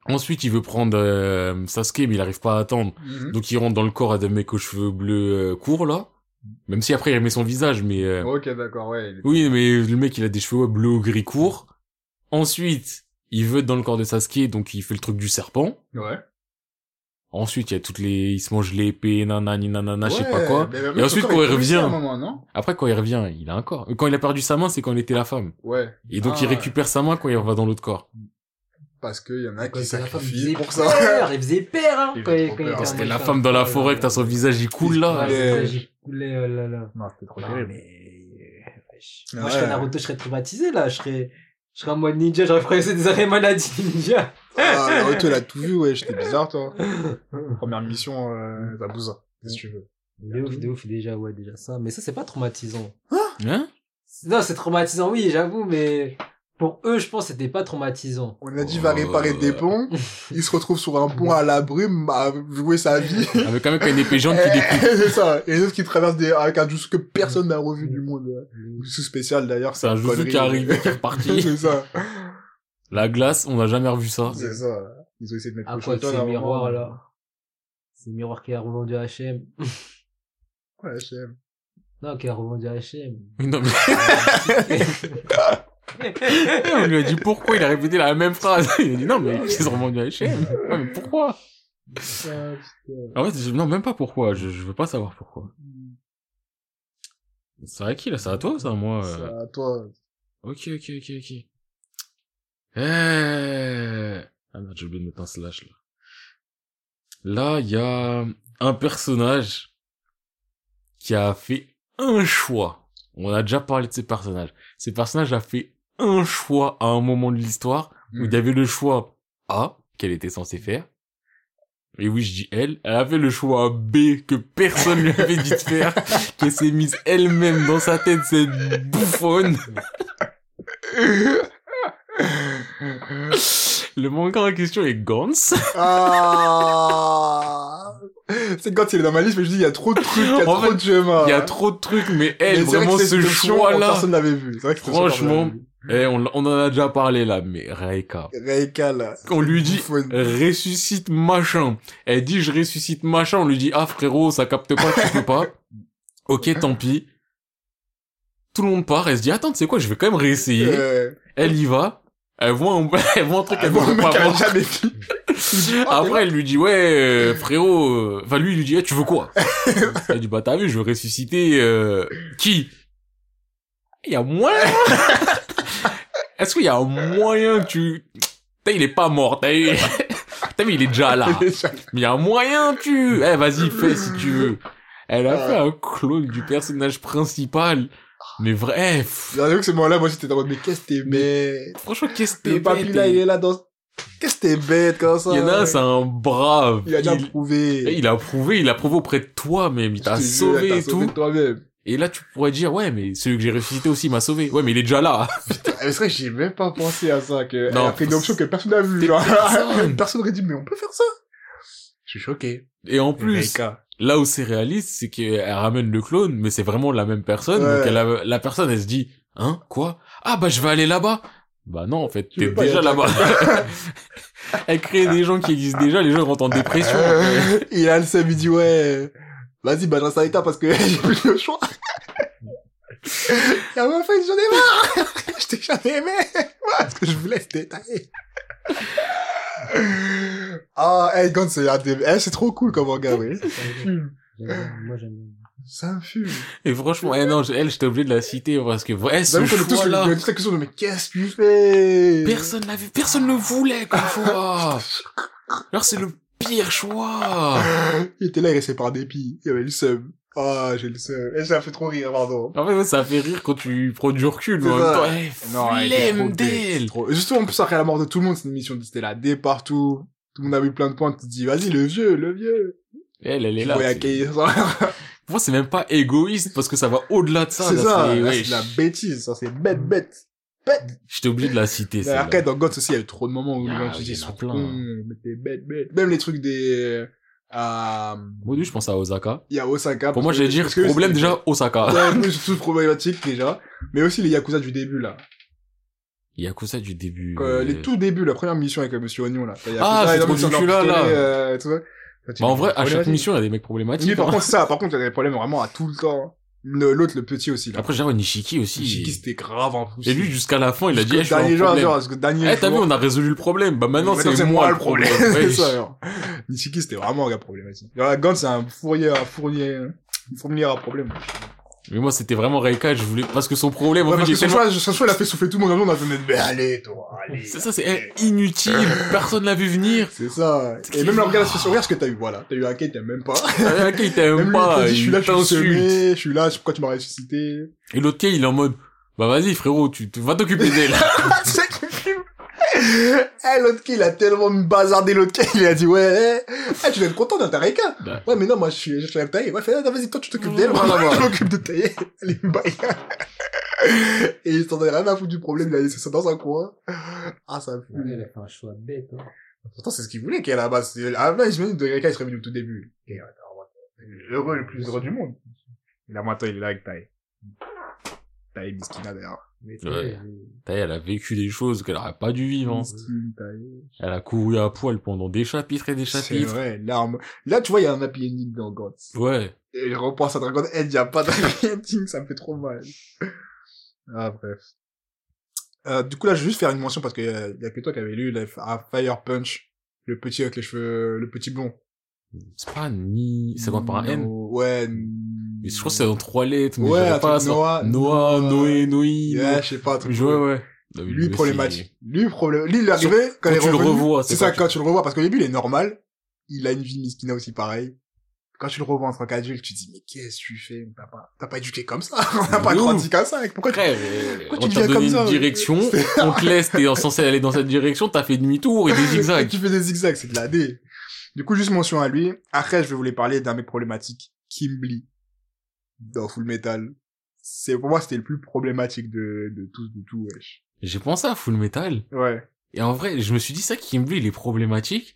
S2: Ensuite, il veut prendre euh, Sasuke, mais il arrive pas à attendre.
S1: Hmm. Mhm.
S2: Donc, il rentre dans le corps à des mecs aux cheveux bleus euh, courts, là. Même si après, il remet son visage, mais... euh,
S1: Ok, d'accord, ouais. il est-
S2: Oui, mais le mec, il a des cheveux ouais, bleus ou gris courts. Ensuite, il veut être dans le corps de Sasuke, donc il fait le truc du serpent.
S1: Ouais.
S2: Ensuite, il y a toutes les... Il se mange l'épée, nanani, nanana, Ah, je sais pas
S1: Ouais,
S2: quoi.
S1: mais- mais-
S2: Et ensuite,
S1: surtout,
S2: quand il
S1: est policier à
S2: revient-
S1: un moment, non
S2: Après, quand il revient, il a un corps. Quand il a perdu sa main, c'est quand il était la femme.
S1: Ouais.
S2: Et donc,
S1: Ah,
S2: il
S1: ouais.
S2: récupère sa main quand il va dans l'autre corps.
S1: Parce qu'il y en a
S3: Quand
S1: qui
S3: c'était la femme, il
S1: sacrifient
S3: faisait
S1: pour
S3: peur,
S1: ça.
S3: Il faisait peur, hein,
S1: Il
S3: quand
S1: faisait
S3: il,
S1: trop
S3: quand il
S1: peur. Parce
S3: était en
S2: Parce que la
S3: mode
S2: femme dans la
S3: ça.
S2: forêt, que t'as son visage, il coule, là.
S3: Ouais, c'est
S1: Ouais.
S3: ça, j'ai coulé, oh là là.
S1: Non, c'était trop
S3: Non,
S1: terrible.
S3: mais, wesh.
S1: Ah
S3: Moi, je serais
S1: ouais.
S3: Naruto, je serais traumatisé, là. Je serais, je serais en mode ninja, j'aurais frappé des arrêts maladie ninja.
S1: Ah, Naruto, il a tout vu, ouais. J'étais bizarre, toi. Première mission, euh, Zabuza. Qu'est-ce que tu veux?
S3: De ouf, de ouf, déjà, ouais, déjà ça. Mais ça, c'est pas traumatisant.
S2: Hein
S3: Non, c'est traumatisant, oui, j'avoue, mais pour eux, je pense que c'était pas traumatisant.
S1: On a dit va réparer
S2: Euh.
S1: des ponts. Il se retrouve sur un pont à la brume, à jouer sa vie.
S2: Avec un mec qui a une épée jaune qui découpe.
S1: c'est ça. Et les autres qui traversent des, avec un jutsu que personne n'a revu du monde.
S3: De ouf.
S1: Jutsu spécial d'ailleurs.
S2: C'est un
S1: une
S2: jeu
S1: connerie.
S2: qui arrive et qui est reparti.
S1: c'est ça.
S2: La glace, on n'a jamais revu ça.
S1: C'est ça. Ils ont essayé de mettre
S3: Ah,
S1: le
S3: quoi,
S1: Shotokan à
S3: ces
S1: un moment.
S3: miroirs, là. Ces miroirs qui a revendu HM.
S1: Ouais, HM.
S3: Non, qui a revendu HM.
S2: Non, mais on lui a dit pourquoi, il a répété la même phrase. Il a dit non, mais ils ont revendu à HM. Ouais, mais pourquoi
S1: Ah,
S2: En fait, je- non, même pas pourquoi. Je, je veux pas savoir pourquoi. C'est à qui, là C'est à toi ou c'est à moi euh
S1: ça, toi.
S2: Ok, ok, ok, ok. Euh... Ah merde, j'ai oublié de mettre un slash là. Là, il y a un personnage qui a fait un choix. On a déjà parlé de ces personnages. Ces personnages a fait un choix à un moment de l'histoire où il y avait le choix A qu'elle était censée faire. Et oui, je dis elle. Elle a fait le choix B que personne lui avait dit de faire, qu'elle s'est mise elle-même dans sa tête cette bouffonne. Le manga en question est Gantz.
S1: Ah C'est quand il est dans ma liste, mais je dis, il y a trop de trucs, il y a
S2: En
S1: trop
S2: fait,
S1: de chemins.
S2: Il y a
S1: hein.
S2: trop de trucs, mais
S1: Mais
S2: elle,
S1: c'est vrai
S2: vraiment
S1: que
S2: ce
S1: cette option,
S2: choix-là.
S1: Personne l'avait vu. C'est vrai que cette option, personne
S2: Franchement,
S1: l'avait vu.
S2: eh, on, l'a- on en a déjà parlé là, mais Reika.
S1: Reika, là.
S2: On lui dit,
S1: Faut une-
S2: ressuscite machin. Elle dit, je ressuscite machin. On lui dit, ah frérot, ça capte pas, tu peux pas. Ok, tant pis. Tout le monde part. Elle se dit, attends, tu sais quoi, je vais quand même réessayer.
S1: Euh,
S2: Elle y va. Elle voit un, elle voit un truc qu'elle
S1: bon, le mec
S2: voulait Ah, pas
S1: elle a
S2: voir.
S1: jamais vu.
S2: Ah,
S1: Ah,
S2: Après, elle lui dit, ouais, euh, frérot, euh, enfin, lui, il lui dit, Eh, tu veux quoi? Elle dit, bah, t'as vu, je veux ressusciter, euh, qui? Il y a moyen. Est-ce qu'il y a moyen que tu, Putain, il est pas mort, t'as eu. T'as vu, il est déjà là. Mais il y a un moyen, tu. Eh, vas-y, fais si tu veux. Elle a
S1: Ah.
S2: fait un clone du personnage principal. Mais vrai, eh, pff,
S1: J'avoue que ce moment-là, moi, j'étais dans mode, mais qu'est-ce que t'es bête.
S2: franchement, qu'est-ce que t'es
S1: Le papy,
S2: bête,
S1: là,
S2: eh.
S1: il est là dans... Qu'est-ce que t'es bête, comme ça
S2: Il y en a un, c'est un brave.
S1: Il a déjà
S2: il... eh,
S1: prouvé.
S2: il a prouvé, il a prouvé auprès de toi même, il t'a
S1: Je te jure,
S2: sauvé
S1: t'as
S2: et
S1: sauvé
S2: tout.
S1: toi-même.
S2: Et là, tu pourrais dire, ouais, mais celui que j'ai ressuscité aussi m'a sauvé. Ouais, mais il est déjà là.
S1: Putain, Ah, C'est vrai que j'ai même pas pensé à ça, que
S2: Non,
S1: elle a pris une option que personne n'a vue,
S2: c'est
S1: genre.
S2: personne.
S1: Personne aurait dit, mais on peut faire ça. Je suis choqué. hein.
S2: Et en plus,
S1: Reika.
S2: là où c'est réaliste, c'est qu'elle ramène le clone, mais c'est vraiment la même personne.
S1: Ouais.
S2: Donc elle a- la personne, elle se dit, hein, quoi Ah bah je vais aller là-bas. Bah non, en fait,
S1: Tu
S2: t'es
S1: veux pas y
S2: déjà
S1: aller.
S2: là-bas. elle crée des gens qui existent déjà, les gens ils rentrent en dépression.
S1: Euh, il a le seum, il dit, ouais, vas-y, bah, je reste à l'état parce que j'ai plus le choix. Et à ma fin, il dit, j'en ai marre! je t'ai jamais aimé! Voilà ce que je voulais, c'était détailler. Ah, hey, Gon, c'est un des- eh, c'est trop cool comme manga, oui.
S3: J'aime- Moi, j'aime.
S1: Ça me fume.
S2: Et franchement, eh non, je- elle, j'étais obligé de la citer parce que, ouais, ce
S1: J'avoue qu'on est tous
S2: choix-là,
S1: on est tous la question de, mais qu'est-ce que tu fais?
S2: personne l'avait, personne ne voulait comme choix. Alors c'est le pire choix.
S1: Il était là, il restait par dépit. Il avait le seum. Ah, j'ai le seum. Et ça fait trop rire, pardon.
S2: En fait, ouais, ça fait rire quand tu prends du recul, mais
S1: C'est
S2: en même
S1: ça.
S2: temps, eh, flemme d'elle.
S1: Trop... Justement, en plus, après la mort de tout le monde, c'est une émission, c'était la dé partout. Tout le monde a eu plein de points. Tu te dis, vas-y, le vieux, le vieux.
S2: Elle, elle est
S1: Tu
S2: là.
S1: voyais
S2: c'est-
S1: accueillir ça.
S2: Pour moi, c'est même pas égoïste parce que ça va au-delà de ça.
S1: C'est
S2: là,
S1: ça.
S2: c'est-
S1: là,
S2: ouais,
S1: C'est de la
S2: je-
S1: bêtise. Ça, c'est bête, bête. Bête.
S2: J'étais obligé de la citer.
S1: Mais
S2: celle-là.
S1: Après, dans God aussi, il y a eu trop de moments où les
S2: Ah,
S1: gens se
S2: il y
S1: disent,
S2: en a
S1: sont
S2: plein.
S1: cons, mais t'es bête, bête. Même les trucs des, euh,
S2: Moi, je pense à Osaka.
S1: il y a Osaka.
S2: Pour
S1: parce
S2: moi,
S1: que-
S2: j'allais dire
S1: parce que
S2: problème
S1: c'est-
S2: déjà Osaka.
S1: Ouais, mais c'est tout problématique, déjà. Mais aussi les Yakuza du début, là.
S2: Yakuza du début.
S1: Euh,
S2: euh,
S1: les tout débuts, la première mission avec euh, Monsieur Oignon, là. T'as
S2: Ah,
S1: Yakuza,
S2: c'est
S1: et
S2: trop
S1: dans
S2: du
S1: leur
S2: cul, là,
S1: pistolet,
S2: là.
S1: euh, tout ça. Ça, tu
S2: Bah, en
S1: dis,
S2: vrai, à chaque
S1: problématique.
S2: mission, il y a des mecs problématiques.
S1: Oui, par
S2: hein.
S1: contre, ça, par contre, il y a des problèmes vraiment à tout le temps. hein. Le- L'autre, le petit aussi, là.
S2: Après, j'ai Nishiki aussi.
S1: Shiki, c'était grave, en plus.
S2: Et lui, jusqu'à la fin, il a dit, eh,
S1: Jusqu'au
S2: je suis un
S1: dernier jour,
S2: problème.
S1: genre, parce que dernier
S2: Eh, t'as vu,
S1: jour.
S2: on a résolu le problème. Bah, maintenant, c'est moi le problème.
S1: c'est
S2: Ouais,
S1: ça, alors. Nishiki, c'était vraiment un gars problématique. Genre, Gantz, c'est un fourrier, un fourrier, une fourmilière à problème.
S2: Mais moi, c'était vraiment Reika, je voulais, parce que son problème, en
S1: Ouais,
S2: fait,
S1: parce
S2: il
S1: que
S2: est
S1: son
S2: tellement-
S1: choix, son choix, il a fait souffler tout le monde. On a fait, mais allez, toi, allez.
S2: c'est ça, c'est eh, inutile, personne l'a vu venir.
S1: C'est ça. Et même le regard de ce sourire, ce que t'as eu, voilà. T'as eu un quai, t'aimes même pas.
S2: Ah, Ok, il
S1: Même
S2: t'aime
S1: lui, il
S2: pas,
S1: t'a dit, je suis
S2: il
S1: là, je suis
S2: t'insulte.
S1: semé, je suis là, je sais pourquoi tu m'as ressuscité.
S2: Et l'autre gars, il est en mode, bah vas-y frérot, tu, tu vas t'occuper d'elle.
S1: C'est ça qui me fume. Eh, l'autre gars, il a tellement bazardé l'autre gars, il a dit, ouais, eh, eh, tu dois être content dans ta réca.
S2: Bah.
S1: Ouais, mais non, moi, je suis, je suis avec taille. Ouais, fais, attends, vas-y, toi, tu t'occupes
S2: Ouais,
S1: d'elle, moi,
S2: voilà,
S1: je
S2: voilà.
S1: m'occupe de tailler. Allez, bye. Et il s'en est rien à foutre du problème, il a laissé ça dans un coin. Ah, ça me fume.
S3: Elle a fait un choix bête. hein.
S1: Pourtant, c'est ce qu'il voulait, qu'à la base. C'est- À la base, j'imagine, de Greka, il serait venu au tout début. Et, euh, Heureux, le plus heureux du monde. Et là, maintenant, il est là avec Taï. Taï, Miskina, d'ailleurs.
S3: Mais tu
S2: Ouais.
S3: sais, j'ai-
S2: Putain, elle a vécu des choses qu'elle aurait pas dû vivre. hein.
S1: Miskine, Taï.
S2: Elle a couru à poil pendant des chapitres et des
S1: C'est
S2: chapitres.
S1: vrai, l'arme. Là, tu vois, il y a un happy ending dans Gantz.
S2: Ouais.
S1: Et je repense à Dragon Head, il n'y a pas de happy ending, ça me fait trop mal. Ah, bref. Euh, du coup, là, je vais juste faire une mention parce qu'il y, a- il y a que toi qui avais lu la, à Fire Punch, le petit avec les cheveux, le petit blond.
S2: C'est pas ni... Ça compte par un N.
S1: No- Ouais.
S2: Mais je crois que c'est en trois lettres. Mais
S1: Ouais,
S2: j'aurais
S1: un
S2: pas
S1: truc
S2: ça.
S1: Noah-
S2: Noah,
S1: Noah.
S2: Noé, Noé.
S1: Ouais, je sais pas, un
S2: Noé.
S1: truc.
S2: Je- Ouais, ouais. Non, mais lui
S1: Lui,
S2: aussi,
S1: problématique. Lui, problème. Lui, il est arrivé quand,
S2: Quand
S1: il est
S2: tu le
S1: revenu.
S2: revois,
S1: C'est
S2: c'est
S1: ça,
S2: quand tu-
S1: quand tu le revois, parce qu'au début, il est normal. Il a une vie de miskina aussi pareil. Quand tu le revois en tant qu'adulte, tu te dis, mais qu'est-ce que tu fais? T'as pas, t'as pas éduqué comme ça. On n'a
S2: De
S1: pas
S2: ouf.
S1: grandi comme ça. Pourquoi tu...
S2: Frère, euh,
S1: Pourquoi
S2: on
S1: tu
S2: t'a
S1: deviens
S2: donné
S1: comme ça,
S2: une
S1: ouais
S2: direction, on te laisse, t'es censé aller dans cette direction, t'as fait demi-tour et des zigzags.
S1: tu fais des zigzags? C'est de la D. Du coup, juste mention à lui. Après, je vais vous les parler d'un mec problématique. Kimberly. Dans Full Metal. C'est, pour moi, c'était le plus problématique de, de tout, de tout, wesh.
S2: J'ai pensé à Full Metal.
S1: Ouais.
S2: Et en vrai, je me suis dit ça, Kimberly, il est problématique.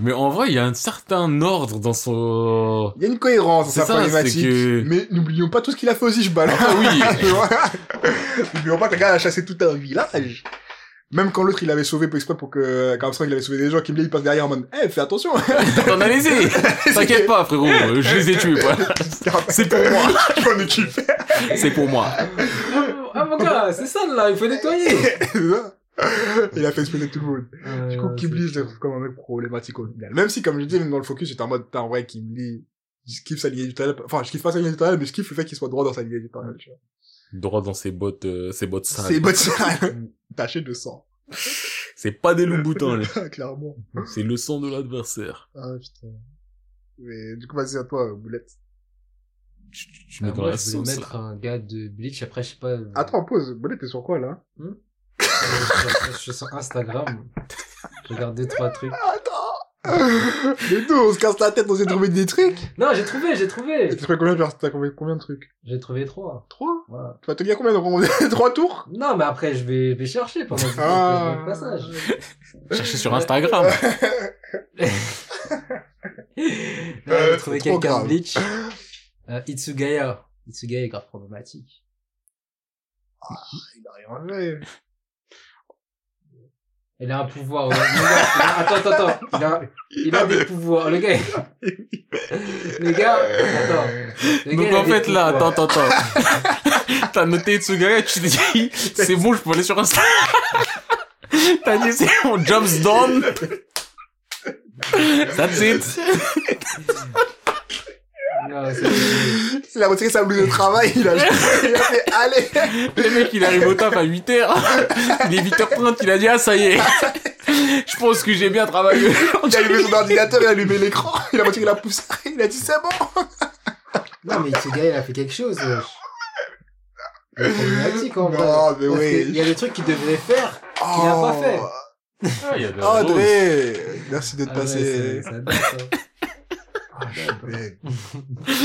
S2: Mais en vrai, il y a un certain ordre dans son...
S1: Il y a une cohérence dans
S2: C'est
S1: sa
S2: ça,
S1: problématique.
S2: c'est que-
S1: Mais n'oublions pas tout ce qu'il a fait aussi, je balance.
S2: Ah oui
S1: N'oublions pas que le gars a chassé tout un village. Même quand l'autre il avait sauvé pour exprès pour que, quand Armstrong il avait sauvé des gens, Kimberly il passe derrière en mode, eh, fais attention!
S2: T'en as laissé T'inquiète pas, frérot, euh, je les ai tués, quoi. C'est pour moi,
S1: J'en ai kiffé.
S2: c'est pour moi.
S3: Ah, ah, mon gars, c'est ça là, il faut nettoyer.
S1: Il a fait exploser tout le monde. Du coup,
S3: Euh,
S1: Kimberly, je
S3: c'est-
S1: le trouve comme un mec problématique au final. Même si, comme je dis, même dans le focus, j'étais en mode, putain, ouais, Kimberly, je kiffe sa lignée éditoriale. Enfin, je kiffe pas sa lignée éditoriale, mais je kiffe le fait qu'il soit droit dans sa lignée éditoriale, tu vois.
S2: Droit dans ses bottes, euh, ses bottes
S1: C'est
S2: sales.
S1: bottes sales, tachées de sang.
S2: C'est pas des loups boutins, les.
S1: Clairement.
S2: C'est le sang de l'adversaire.
S1: Ah, putain. Mais du coup, vas-y à toi, euh, Boulette.
S2: Tu, tu- tu
S3: Ah,
S2: mets dans
S3: moi,
S2: la
S3: je voulais
S2: sauce,
S3: mettre un gars de Bleach, après, je sais pas. euh,
S1: Attends, pause. Boulette, t'es sur quoi, là
S3: je, je- je suis sur Instagram. Je regarde deux, trois trucs.
S1: Attends Mais nous, on se casse la tête, on s'est trouvé des trucs
S3: Non, j'ai trouvé, j'ai
S1: Et
S3: trouvé.
S1: T'as trouvé combien, de- t'as trouvé combien de trucs
S3: J'ai trouvé trois.
S1: Trois
S3: Voilà.
S1: Tu vas te dire combien de Trois tours
S3: Non, mais après, je vais, je vais chercher pendant que je-
S1: Ah.
S3: je vais au passage.
S2: là. Cherchez sur Instagram.
S3: Là, j'ai trouvé
S1: trop
S3: quelqu'un
S1: grave.
S3: de Bleach. Euh, Itsugaya. Itsugaya est grave problématique.
S1: Il a rien fait.
S3: Il a un pouvoir. euh, il a- Attends, attends, attends. Il a, il a des pouvoirs. Le gars, le gars, attends. Le
S2: Donc
S3: gars, il a
S2: en
S3: des
S2: fait, là,
S3: pouvoirs.
S2: attends, attends, attends. T'as noté Itsugaya, tu t'es dit, c'est bon, je peux aller sur Instagram. T'as dit, c'est bon, jumps down. That's it.
S3: Non, c'est-
S1: Il a retiré sa blouse de travail, il a, il a fait allez
S2: Le mec, il arrive au taf à 8h. Il est 8h30, il a dit, ah, ça y est. Je pense que j'ai bien travaillé.
S1: Il a allumé son ordinateur, il a allumé l'écran, il a retiré la poussière, il a dit c'est bon
S3: non, mais Itsugaya, il a fait quelque chose. wesh. Il est problématique, en vrai.
S1: Non, Ah, mais
S3: Parce que Il
S1: oui Oh,
S3: y a des trucs qu'il devrait faire. qu'il a pas fait.
S1: Ah, André Merci d'être
S3: Ah ouais,
S1: passé. Ah,
S3: c'est- ça date, hein.
S1: Mais-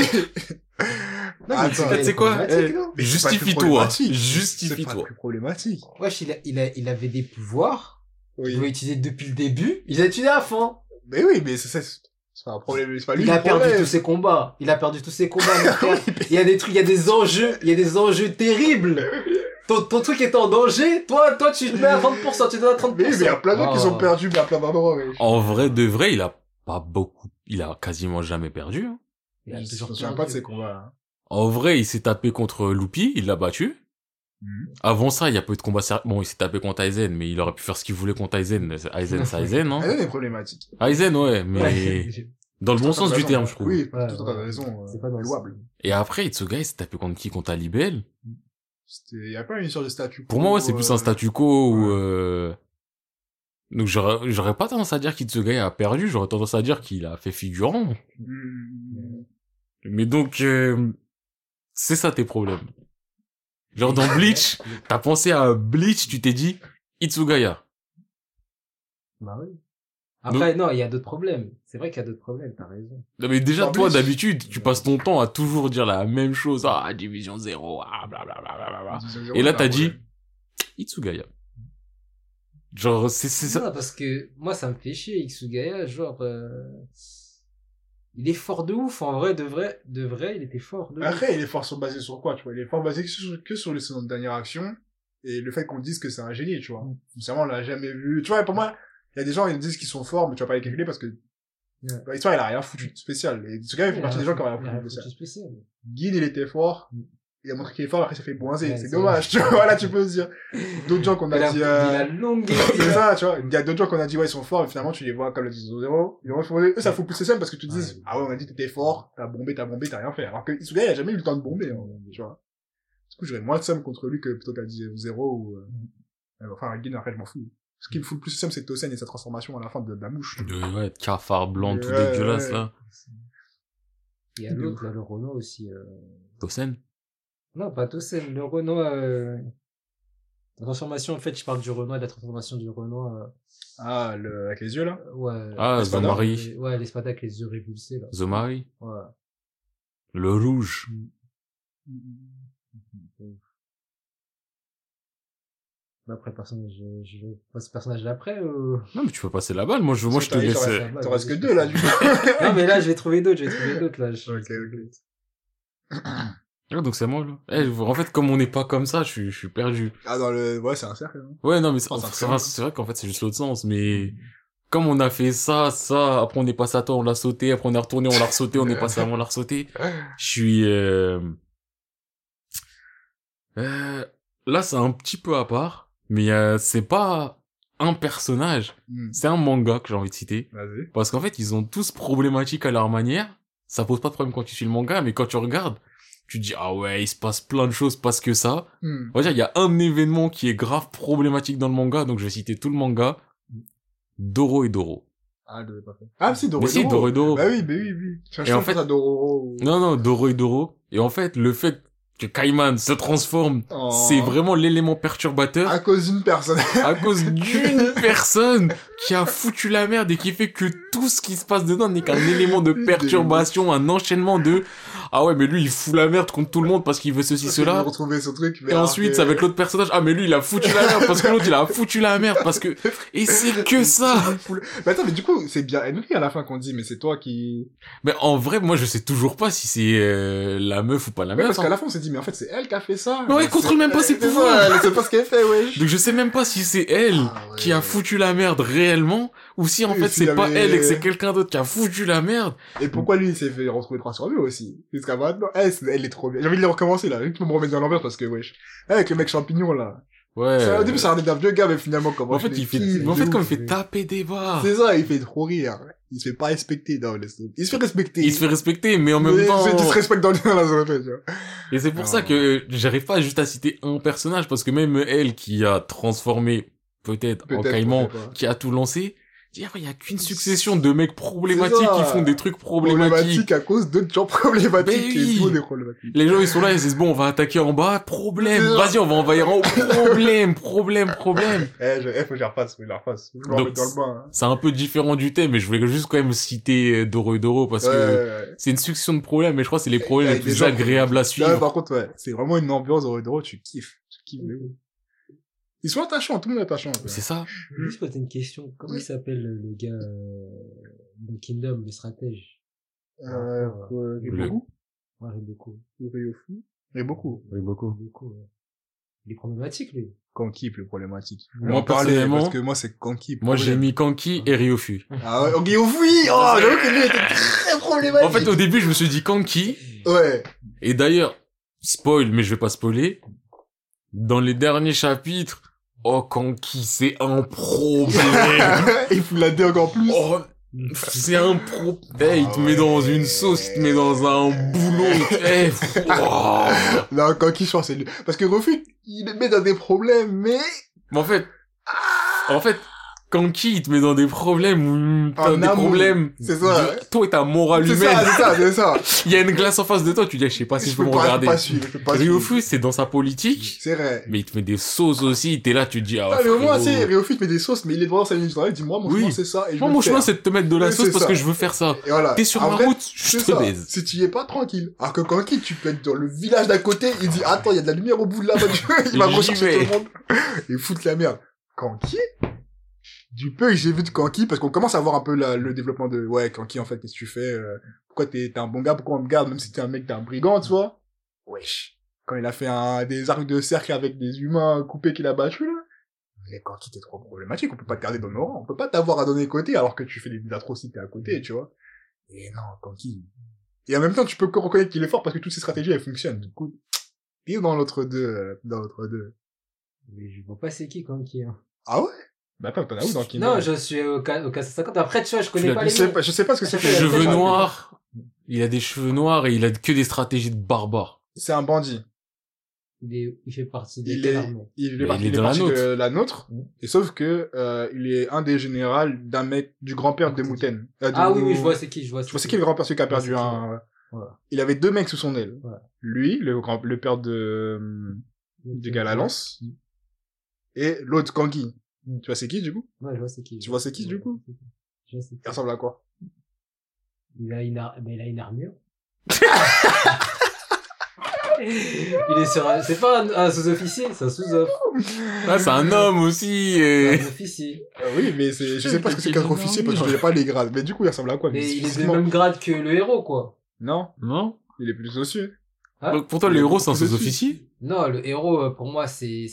S1: Ah,
S3: Non, mais
S1: Attends.
S3: Itsugaya,
S2: Tu
S3: il est
S2: sais quoi
S3: problématique,
S1: Eh,
S3: non
S1: Mais c'est pas plus
S2: Justifie-toi.
S1: problématique. C'est pas
S2: Justifie-toi.
S1: plus problématique.
S3: Wesh, il, a- il, a- il avait des pouvoirs. Il
S1: Oui.
S3: pouvait utiliser depuis le début. Il a utilisé à fond.
S1: Mais oui, mais c'est ça, c'est c'est pas un problème, c'est pas lui
S3: il
S1: le
S3: a perdu
S1: problème.
S3: tous ses combats. Il a perdu tous ses combats, mon frère. Il y a des trucs, il y a des enjeux, il y a des enjeux terribles. Ton, ton truc est en danger. Toi, toi, tu te mets à 30%, tu te donnes à 30%.
S1: Mais oui, mais il y a plein de gens qui
S3: Oh.
S1: sont perdus, mais à plein d'endroits, mais...
S2: En vrai, de vrai, il a pas beaucoup, il a quasiment jamais perdu. hein.
S3: Il a
S1: Je me
S3: toujours
S1: souviens
S3: perdu.
S1: pas de ces combats. hein.
S2: En vrai, il s'est tapé contre Loupi, il l'a battu.
S1: Mhm.
S2: Avant ça, il y a peu de combats sérieux. Bon, il s'est tapé contre Aizen, mais il aurait pu faire ce qu'il voulait contre Aizen. Aizen, c'est Aizen, non
S1: Ah, non, les problématiques.
S2: Aizen, ouais, mais
S3: Ouais.
S2: dans le bon
S1: T'as
S2: sens du
S1: raison.
S2: terme, je trouve.
S1: Oui,
S3: Ouais,
S1: tout à
S3: ouais.
S1: fait raison. euh,
S3: C'est pas dans le
S1: louable.
S2: Et après, Itsuga, il s'est tapé contre qui Contre Alibel
S1: C'était- Il y a pas une histoire de statut.
S2: Pour moi, ouais, c'est
S1: quo,
S2: plus
S1: euh,
S2: un statu quo ou...
S1: ouais.
S2: euh, Donc j'aurais j'aurais pas tendance à dire qu'Itsuga a perdu, j'aurais tendance à dire qu'il a fait figurant.
S1: Mm, hmm,
S2: Mais donc, euh, c'est ça tes problèmes. Genre dans Bleach, t'as pensé à Bleach, tu t'es dit Itsugaya.
S3: Bah oui. Après, non, il y a d'autres problèmes. C'est vrai qu'il y a d'autres problèmes, t'as raison.
S2: Non mais déjà
S1: Dans
S2: toi
S1: Bleach.
S2: d'habitude, tu passes ton temps à toujours dire la même chose. Ah Division 0, ah blablabla.
S1: Bah, c'est hein, zéro,
S2: Et là
S1: c'est un
S2: t'as dit
S1: problème.
S2: Itsugaya. Genre c'est c'est ça.
S3: Non, parce que moi, ça me fait chier, Itsugaya, genre, euh, il est fort de ouf, en vrai, de vrai, de vrai, il était fort de ouf.
S1: Après, il est fort sur- basé sur quoi, tu vois Il est fort basé que sur, que sur les scènes de dernière action et le fait qu'on dise que c'est un génie, tu vois.
S3: Mm.
S1: Sincèrement, on l'a jamais vu. Tu vois, pour moi, il y a des gens, ils disent qu'ils sont forts, mais tu vas pas les calculer parce que
S3: Ouais.
S1: bah, l'histoire, il a rien foutu de spécial. Et ce gars, il fait partie des gens qui ont rien
S3: Il a
S1: foutu de
S3: foutu
S1: spécial.
S3: spécial.
S1: Guide, il était fort. Il a montré qu'il est fort, après, il s'est fait boinzer.
S3: Mm. Ouais,
S1: c'est
S3: c'est
S1: dommage, tu vois. Là, tu peux se dire. D'autres gens qu'on
S3: Il
S1: a
S3: a,
S1: dit.
S3: il
S1: euh,
S3: a longue.
S1: C'est ça, tu vois. Il y a d'autres gens qu'on a dit, ouais, ils sont forts, mais finalement, tu les vois comme le 10-0. Ils ont refondé. Eux, ça fout plus les seins parce que tu te dis,
S3: Ouais.
S1: ah ouais, on a dit, t'étais fort, t'as bombé, t'as bombé, t'as rien fait. Alors que Isuga, il a jamais eu le temps de bomber, hein, tu vois. Du coup, j'aurais moins de seum contre lui que plutôt qu'à 10-0 ou, euh...
S2: Mm.
S1: enfin, avec Guin, après, je m'en fous. Ce qui me fout le plus le seum, c'est Tosen et sa transformation à la fin de, de la mouche.
S2: De, ouais, cafard blanc tout
S1: Ouais,
S2: dégueulasse
S1: ouais.
S2: là.
S3: Il y a l'autre, là, le Renault aussi. euh.
S2: Tosen
S3: Non, pas Tosen, le Renault. Euh... La transformation, en fait, je parle du Renault, de la transformation du Renault. euh,
S1: Ah, le, avec les yeux, là.
S3: euh, Ouais.
S2: Ah,
S1: Espada.
S2: Zomari.
S3: euh, Ouais, l'espada avec les yeux répulsés, là.
S2: Zomari
S3: Ouais.
S2: Le rouge.
S3: Après, personne, je, je passe ce personnage d'après ou...
S2: Non mais tu peux passer la balle, moi je, moi, je te
S1: T'en- t'en
S2: laisse...
S1: restes-
S2: euh,
S3: euh,
S1: T'en restes que deux, là, du coup.
S3: Non, mais là, je vais trouver d'autres, je vais trouver d'autres, là. Je...
S1: Ok, ok.
S2: Ah, donc c'est moi là. Eh, je- en fait comme on n'est pas comme ça, je, suis- je suis perdu.
S1: Ah, dans le, ouais, c'est un cercle, hein.
S2: Ouais non mais c'est
S1: Oh, ça
S2: c'est
S1: fait mal.
S2: vrai, c'est vrai qu'en fait c'est juste l'autre sens, mais... Comme on a fait ça, ça, après on est passé à toi, on l'a sauté, après on est retourné, on l'a ressauté, on est passé à moi, on l'a ressauté. Je suis... Euh... euh, Là c'est un petit peu à part, mais euh, c'est pas un personnage,
S1: Hmm.
S2: c'est un manga que j'ai envie de citer.
S1: Vas-y.
S2: Parce qu'en fait, ils ont tous problématiques à leur manière. Ça pose pas de problème quand tu suis le manga, mais quand tu regardes, tu te dis, ah ouais, il se passe plein de choses parce que ça.
S1: Hmm.
S2: On va dire, il y a un événement qui est grave problématique dans le manga, donc je vais citer tout le manga. Doro et Doro.
S3: Ah, je l'avais pas fait.
S1: Ah, si, Doro.
S2: Mais si, Doro et Doro.
S1: Bah oui, bah oui, oui. Tu
S2: Et en
S1: en fait,
S2: fait-
S1: à Doro.
S2: Non, non, Doro et Doro. Et en fait, le fait que Kaiman se transforme,
S1: Oh.
S2: c'est vraiment l'élément perturbateur
S1: À cause d'une personne.
S2: à cause d'une personne qui a foutu la merde et qui fait que tout ce qui se passe dedans n'est qu'un élément de perturbation, un enchaînement de ah ouais mais lui il fout la merde contre tout le monde parce qu'il veut ceci
S1: Il
S2: cela
S1: veut retrouver son truc. mais
S2: et
S1: alors
S2: ensuite
S1: que-
S2: ça va être l'autre personnage ah mais lui il a foutu la merde parce que l'autre il a foutu la merde parce que et c'est que ça
S1: Mais attends, mais du coup, c'est bien Henry à la fin qu'on dit, mais c'est toi qui...
S2: mais en vrai moi je sais toujours pas si c'est euh, la meuf ou pas la
S1: Ouais,
S2: meuf
S1: parce qu'à la fin, on s'est dit, mais en fait, c'est elle qui a fait ça.
S2: Mais ouais, elle contrôle même pas ses
S1: C'est ça,
S2: pouvoirs.
S1: Elle sait pas ce qu'elle fait, wesh.
S2: donc je sais même pas si c'est elle
S1: Ah, ouais.
S2: qui a foutu la merde réellement ou si en
S1: Oui,
S2: fait
S1: s'il
S2: c'est pas
S1: avait-
S2: elle et que c'est quelqu'un d'autre qui a foutu la merde
S1: Et pourquoi lui, il s'est fait retrouver 3 sur lui aussi Jusqu'à maintenant. Eh, c'est- elle est trop bien. J'ai envie de le recommencer, là. Je peux me remettre dans l'ambiance parce que, wesh. Eh, Avec le mec champignon, là.
S2: ouais
S1: Ça, Au début, ça a l'air d'un vieux gars, mais finalement, comment
S2: en fait, il fait,
S1: comme
S2: en fait, ah. comme il
S3: oui.
S2: fait taper des barres.
S1: C'est ça, il fait trop rire. Il se fait pas respecter dans le Il se fait respecter.
S2: Il se fait respecter, mais en même
S1: Mais
S2: temps.
S1: Il se disrespecte dans le dans la zone, tu vois.
S2: Et c'est
S1: Ah,
S2: pour ça que j'arrive pas juste à citer un personnage, parce que même elle qui a transformé, peut-être, en
S1: Peut-être,
S2: caïman,
S1: peut-être pas.
S2: qui a tout lancé, dire, il y a qu'une succession de mecs problématiques
S1: C'est ça.
S2: qui font des trucs problématiques.
S1: Problématique à cause d'autres gens problématiques. et
S2: Mais Ben oui.
S1: tout, des problématiques.
S2: Les gens, ils sont là, ils se disent, bon, on va attaquer en bas, problème,
S1: C'est ça.
S2: vas-y, on va envahir en haut, problème, problème, problème.
S1: Eh, je, eh, faut que je la refasse, faut que je la refasse. Je vais me
S2: Donc,
S1: remettre dans le bain. hein.
S2: C'est un peu différent du thème, mais je voulais juste quand même citer euh, Doro et Doro, parce
S1: Ouais,
S2: que
S1: ouais, ouais.
S2: c'est une succession de problèmes, mais je crois que c'est les problèmes
S1: Et
S2: les
S1: des
S2: plus
S1: gens-
S2: agréables à
S1: Ah ouais,
S2: suivre.
S1: par contre, ouais, c'est vraiment une ambiance au Redro, tu kiffes. Tu kiffes de ouf. Ils sont attachants, tout le monde est attachant. quoi.
S2: C'est ça.
S3: Je vais Juste poser une question. Comment il s'appelle le le gars euh, de Kingdom, le stratège
S1: Euh, euh,
S2: Le-
S1: Riboku
S3: Moi, j'aime beaucoup.
S1: ou Ryofu Riboku.
S2: Oui, beaucoup.
S3: beaucoup ouais. Il est problématique, lui.
S1: Kanki, plus problématique. On va
S2: Moi,
S1: en parler,
S2: personnellement,
S1: parce que moi, c'est Kanki.
S2: Moi, j'ai
S1: problème.
S2: mis Kanki et Ryofu.
S1: Ah ouais, ok, oui! Oh, j'avoue que lui était très problématique.
S2: En fait, au début, je me suis dit Kanki.
S1: ouais.
S2: Et d'ailleurs, spoil, mais je vais pas spoiler. Dans les derniers chapitres, oh, Kanki, c'est un problème.
S1: Il fout la dé encore plus.
S2: euh, oh, c'est un pro. Eh, il te
S1: Ah
S2: met dans
S1: ouais.
S2: une sauce, il te met dans un boulot. Eh, wow.
S1: Non, Kanki, je pense, que c'est lui. Parce que Refut, il met dans des problèmes, mais...
S2: Mais en fait, en fait, Kanki, il te met dans des problèmes où
S1: En
S2: t'as des
S1: amour.
S2: problèmes.
S1: C'est ça.
S2: de- Toi et ta morale
S1: C'est
S2: humaine.
S1: ça, c'est ça, c'est ça.
S2: Il y a une glace en face de toi, tu dis, je sais pas Ah, si je, peux me
S1: pas,
S2: regarder.
S1: pas suivre, je peux pas suivre.
S2: Ryofu, c'est dans sa politique,
S1: C'est vrai.
S2: mais il te met des sauces aussi, t'es là, tu te dis, ah,
S1: Ah, mais au moins,
S2: frérot.
S1: c'est Réofit met des sauces, mais il est devant sa ligne de travail, il dit, moi, mon
S2: Oui.
S1: chemin, c'est ça, et je
S2: Moi,
S1: vais
S2: mon
S1: le faire.
S2: chemin, c'est de te mettre de la
S1: Oui,
S2: sauce
S1: c'est
S2: parce
S1: ça.
S2: que je veux faire ça.
S1: Et voilà.
S2: T'es sur ma
S1: Après,
S2: route, je
S1: c'est
S2: te
S1: ça.
S2: baise.
S1: Si tu y es pas, tranquille. Alors que Kanki, tu peux être dans le village d'à côté, il dit, attends, il y a de la lumière au bout de là-bas, tu- il va
S2: J'y
S1: rechercher
S2: vais.
S1: tout le monde. Et foutre la merde. Kanki? Du peu que j'ai vu de Kanki, parce qu'on commence à voir un peu la- le développement de, ouais, Kanki, en fait, qu'est-ce que tu fais, euh, pourquoi t'es t'es un bon gars, pourquoi on me garde, même si t'es un mec, t'es un brigand, tu vois. Wesh. Quand il a fait un, des arcs de cercle avec des humains coupés qu'il a battus, là. Mais Kanki, t'es trop problématique, on peut pas te garder dans nos rangs, on peut pas t'avoir à donner côté alors que tu fais des atrocités à côté, tu vois. Et non, Kanki, et en même temps, tu peux reconnaître qu'il est fort parce que toutes ses stratégies, elles fonctionnent. Du coup, il est dans l'autre deux, euh, dans l'autre deux.
S3: Mais je vois pas c'est qui, Kanki. Hein.
S1: Ah ouais? Bah attends, t'en as où dans Kingdom?
S3: Non, je suis au, ca- au 450. Après, tu vois, je
S2: Tu
S3: connais
S2: l'as
S3: pas
S1: je
S3: les
S1: sais
S3: noms.
S1: pas, je sais pas ce que c'est. que-
S2: Cheveux
S3: Ouais.
S2: noirs, il a des cheveux noirs et il a que des stratégies de barbare.
S1: C'est un bandit.
S3: Il, est- il fait partie de
S1: Il
S3: quelle
S1: est-
S3: armée
S1: Il
S2: Mais
S1: est parti,
S2: il est
S1: il est
S2: dans la
S1: parti de
S2: nôtre.
S1: la nôtre. Et sauf que, euh, il est un des généraux d'un mec, du grand-père de Mouten. Euh, de-
S3: Ah oui, oui, je vois c'est qui, je vois
S1: Je pensais qu'il est le grand-père celui qui a perdu
S3: Ouais, c'est
S1: un.
S3: Voilà.
S1: Il avait deux mecs sous son aile.
S3: Voilà.
S1: Lui, le grand, le père de, euh, du gars à la lance. Et l'autre, Kangi.
S3: Mm.
S1: Tu vois, c'est qui, du coup?
S3: Ouais, je vois c'est qui.
S1: Tu vois c'est qui, du
S3: Ouais,
S1: coup
S3: Je vois c'est qui.
S1: Il ressemble à quoi?
S3: Il a une, ar- mais il a une armure. il est sur un... C'est pas un, un sous-officier, c'est un sous-off.
S1: Ah,
S2: Là, c'est un homme aussi.
S3: C'est
S2: Et...
S3: un officier.
S1: Euh, oui, mais c'est, je sais pas ce que c'est qu'un officier parce que je n'ai pas les grades. Mais du coup, il ressemble à quoi mais
S3: Mais il est du
S1: physiquement
S3: même grade que le héros, quoi.
S1: Non,
S2: Non
S1: il est plus osseux.
S3: Hein
S2: Donc, pour toi, le
S1: Il est
S2: héros, c'est un
S1: beaucoup dessus.
S2: sous-officier
S3: Non, le héros, euh, pour moi, c'est...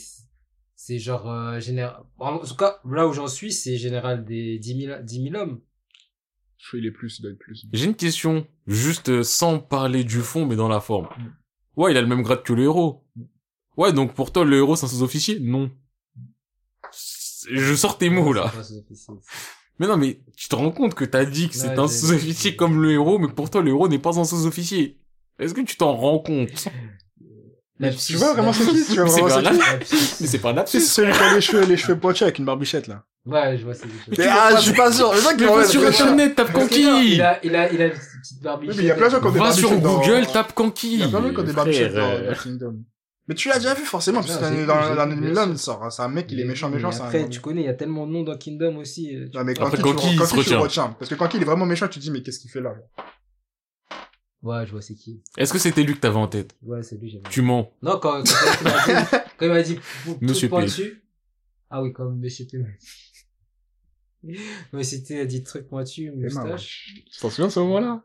S3: C'est genre... Euh, général... En tout cas, là où j'en suis, c'est général des 10 000, 10 000 hommes.
S1: Je fais, Il est plus, il doit être plus.
S2: J'ai une question, juste euh, sans parler du fond, mais dans la forme. Ouais, il a le même grade que le héros. Ouais, donc pour toi, le héros, c'est un sous-officier Non. C'est- Je sors tes mots, là.
S3: C'est pas un sous-officier.
S2: Mais non, mais tu te rends compte que t'as dit que c'est
S3: Ouais,
S2: un
S3: j'ai-
S2: sous-officier comme le héros, mais pour toi, le héros n'est pas un sous-officier. Est-ce que tu t'en rends compte
S1: Mais
S3: Lapsus,
S1: tu vois vraiment c'est
S3: lapsus.
S1: qui Tu vois
S2: Mais c'est
S1: vraiment
S2: pas
S1: c'est
S2: là.
S1: qui
S3: Lapsus.
S2: Mais c'est pas un
S1: C'est
S2: lapsus.
S1: celui qui a les cheveux, les cheveux pointus avec une barbichette là.
S3: Ouais, je vois, c'est
S1: Mais Ah, je suis pas sûr. C'est ça qui
S2: Mais
S1: me
S2: va
S1: rend
S2: sur
S1: réfléchir.
S2: internet, tape
S3: Parce que non,
S2: Kanki
S3: Il a, il a, il a une petite barbiche.
S1: Oui, mais il y a plein de gens qui ont des
S2: Va
S1: barbichettes
S2: sur
S1: dans-
S2: Google, tape Kanki
S1: Il y a plein de gens qui ont des
S2: Frère,
S1: barbichettes
S2: euh,
S1: dans dans Kingdom. Mais tu l'as déjà vu forcément, parce que
S3: Ah, j'ai-
S1: dans- dans
S3: j'ai-
S1: dans
S3: bien
S1: Milan,
S3: sûr.
S1: il sort. C'est un mec, il est méchant, méchant. hein.
S3: Mais
S1: c'est un
S3: Après,
S1: grand-
S3: tu connais, il y a tellement de noms dans Kingdom aussi. euh, tu-
S1: Non, mais quand
S2: Après,
S1: il,
S2: Kanki, il
S1: tu,
S2: se
S1: quand il, tu
S2: retient.
S1: retiens. Parce que quand il est vraiment méchant, tu te dis, mais qu'est-ce qu'il fait là genre
S3: Ouais, je vois, c'est qui.
S2: Est-ce que c'était lui que t'avais en tête
S3: Ouais, c'est lui, j'aime bien.
S2: Tu mens.
S3: Non, quand, quand, il m'a dit, quand il m'a dit, pou- pou-
S2: Monsieur
S3: tout pointu. Ah oui, quand Monsieur P. Mais c'était, il a dit truc pointu, moustache.
S1: Je t'en souviens de ce moment-là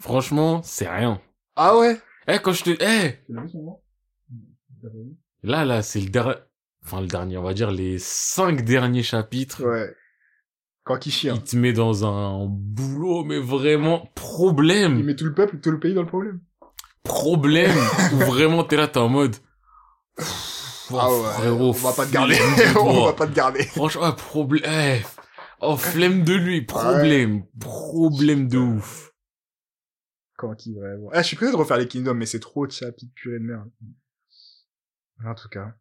S2: Franchement, c'est rien.
S1: Ah ouais
S2: Eh, quand je te... Eh
S1: Tu l'as vu ce moment
S2: Là, là, c'est le dernier... Enfin, le dernier, on va dire les cinq derniers chapitres.
S1: Ouais. Kanki hein. chien.
S2: Il te met dans un boulot, mais vraiment
S1: Il
S2: problème.
S1: met tout le peuple, tout le pays dans le problème.
S2: Problème. Où vraiment, t'es là, t'es en mode... Oh, frérot,
S1: Ah on va pas te
S2: fous-le
S1: garder.
S2: de
S1: on
S2: moi.
S1: va pas te garder.
S2: Franchement, problème. Oh, flemme de lui. Problème. Problème de ouf.
S1: Kanki, vraiment. Ah, je suis prêt de refaire les Kingdoms, mais c'est trop de chapitres purée de merde. En tout cas.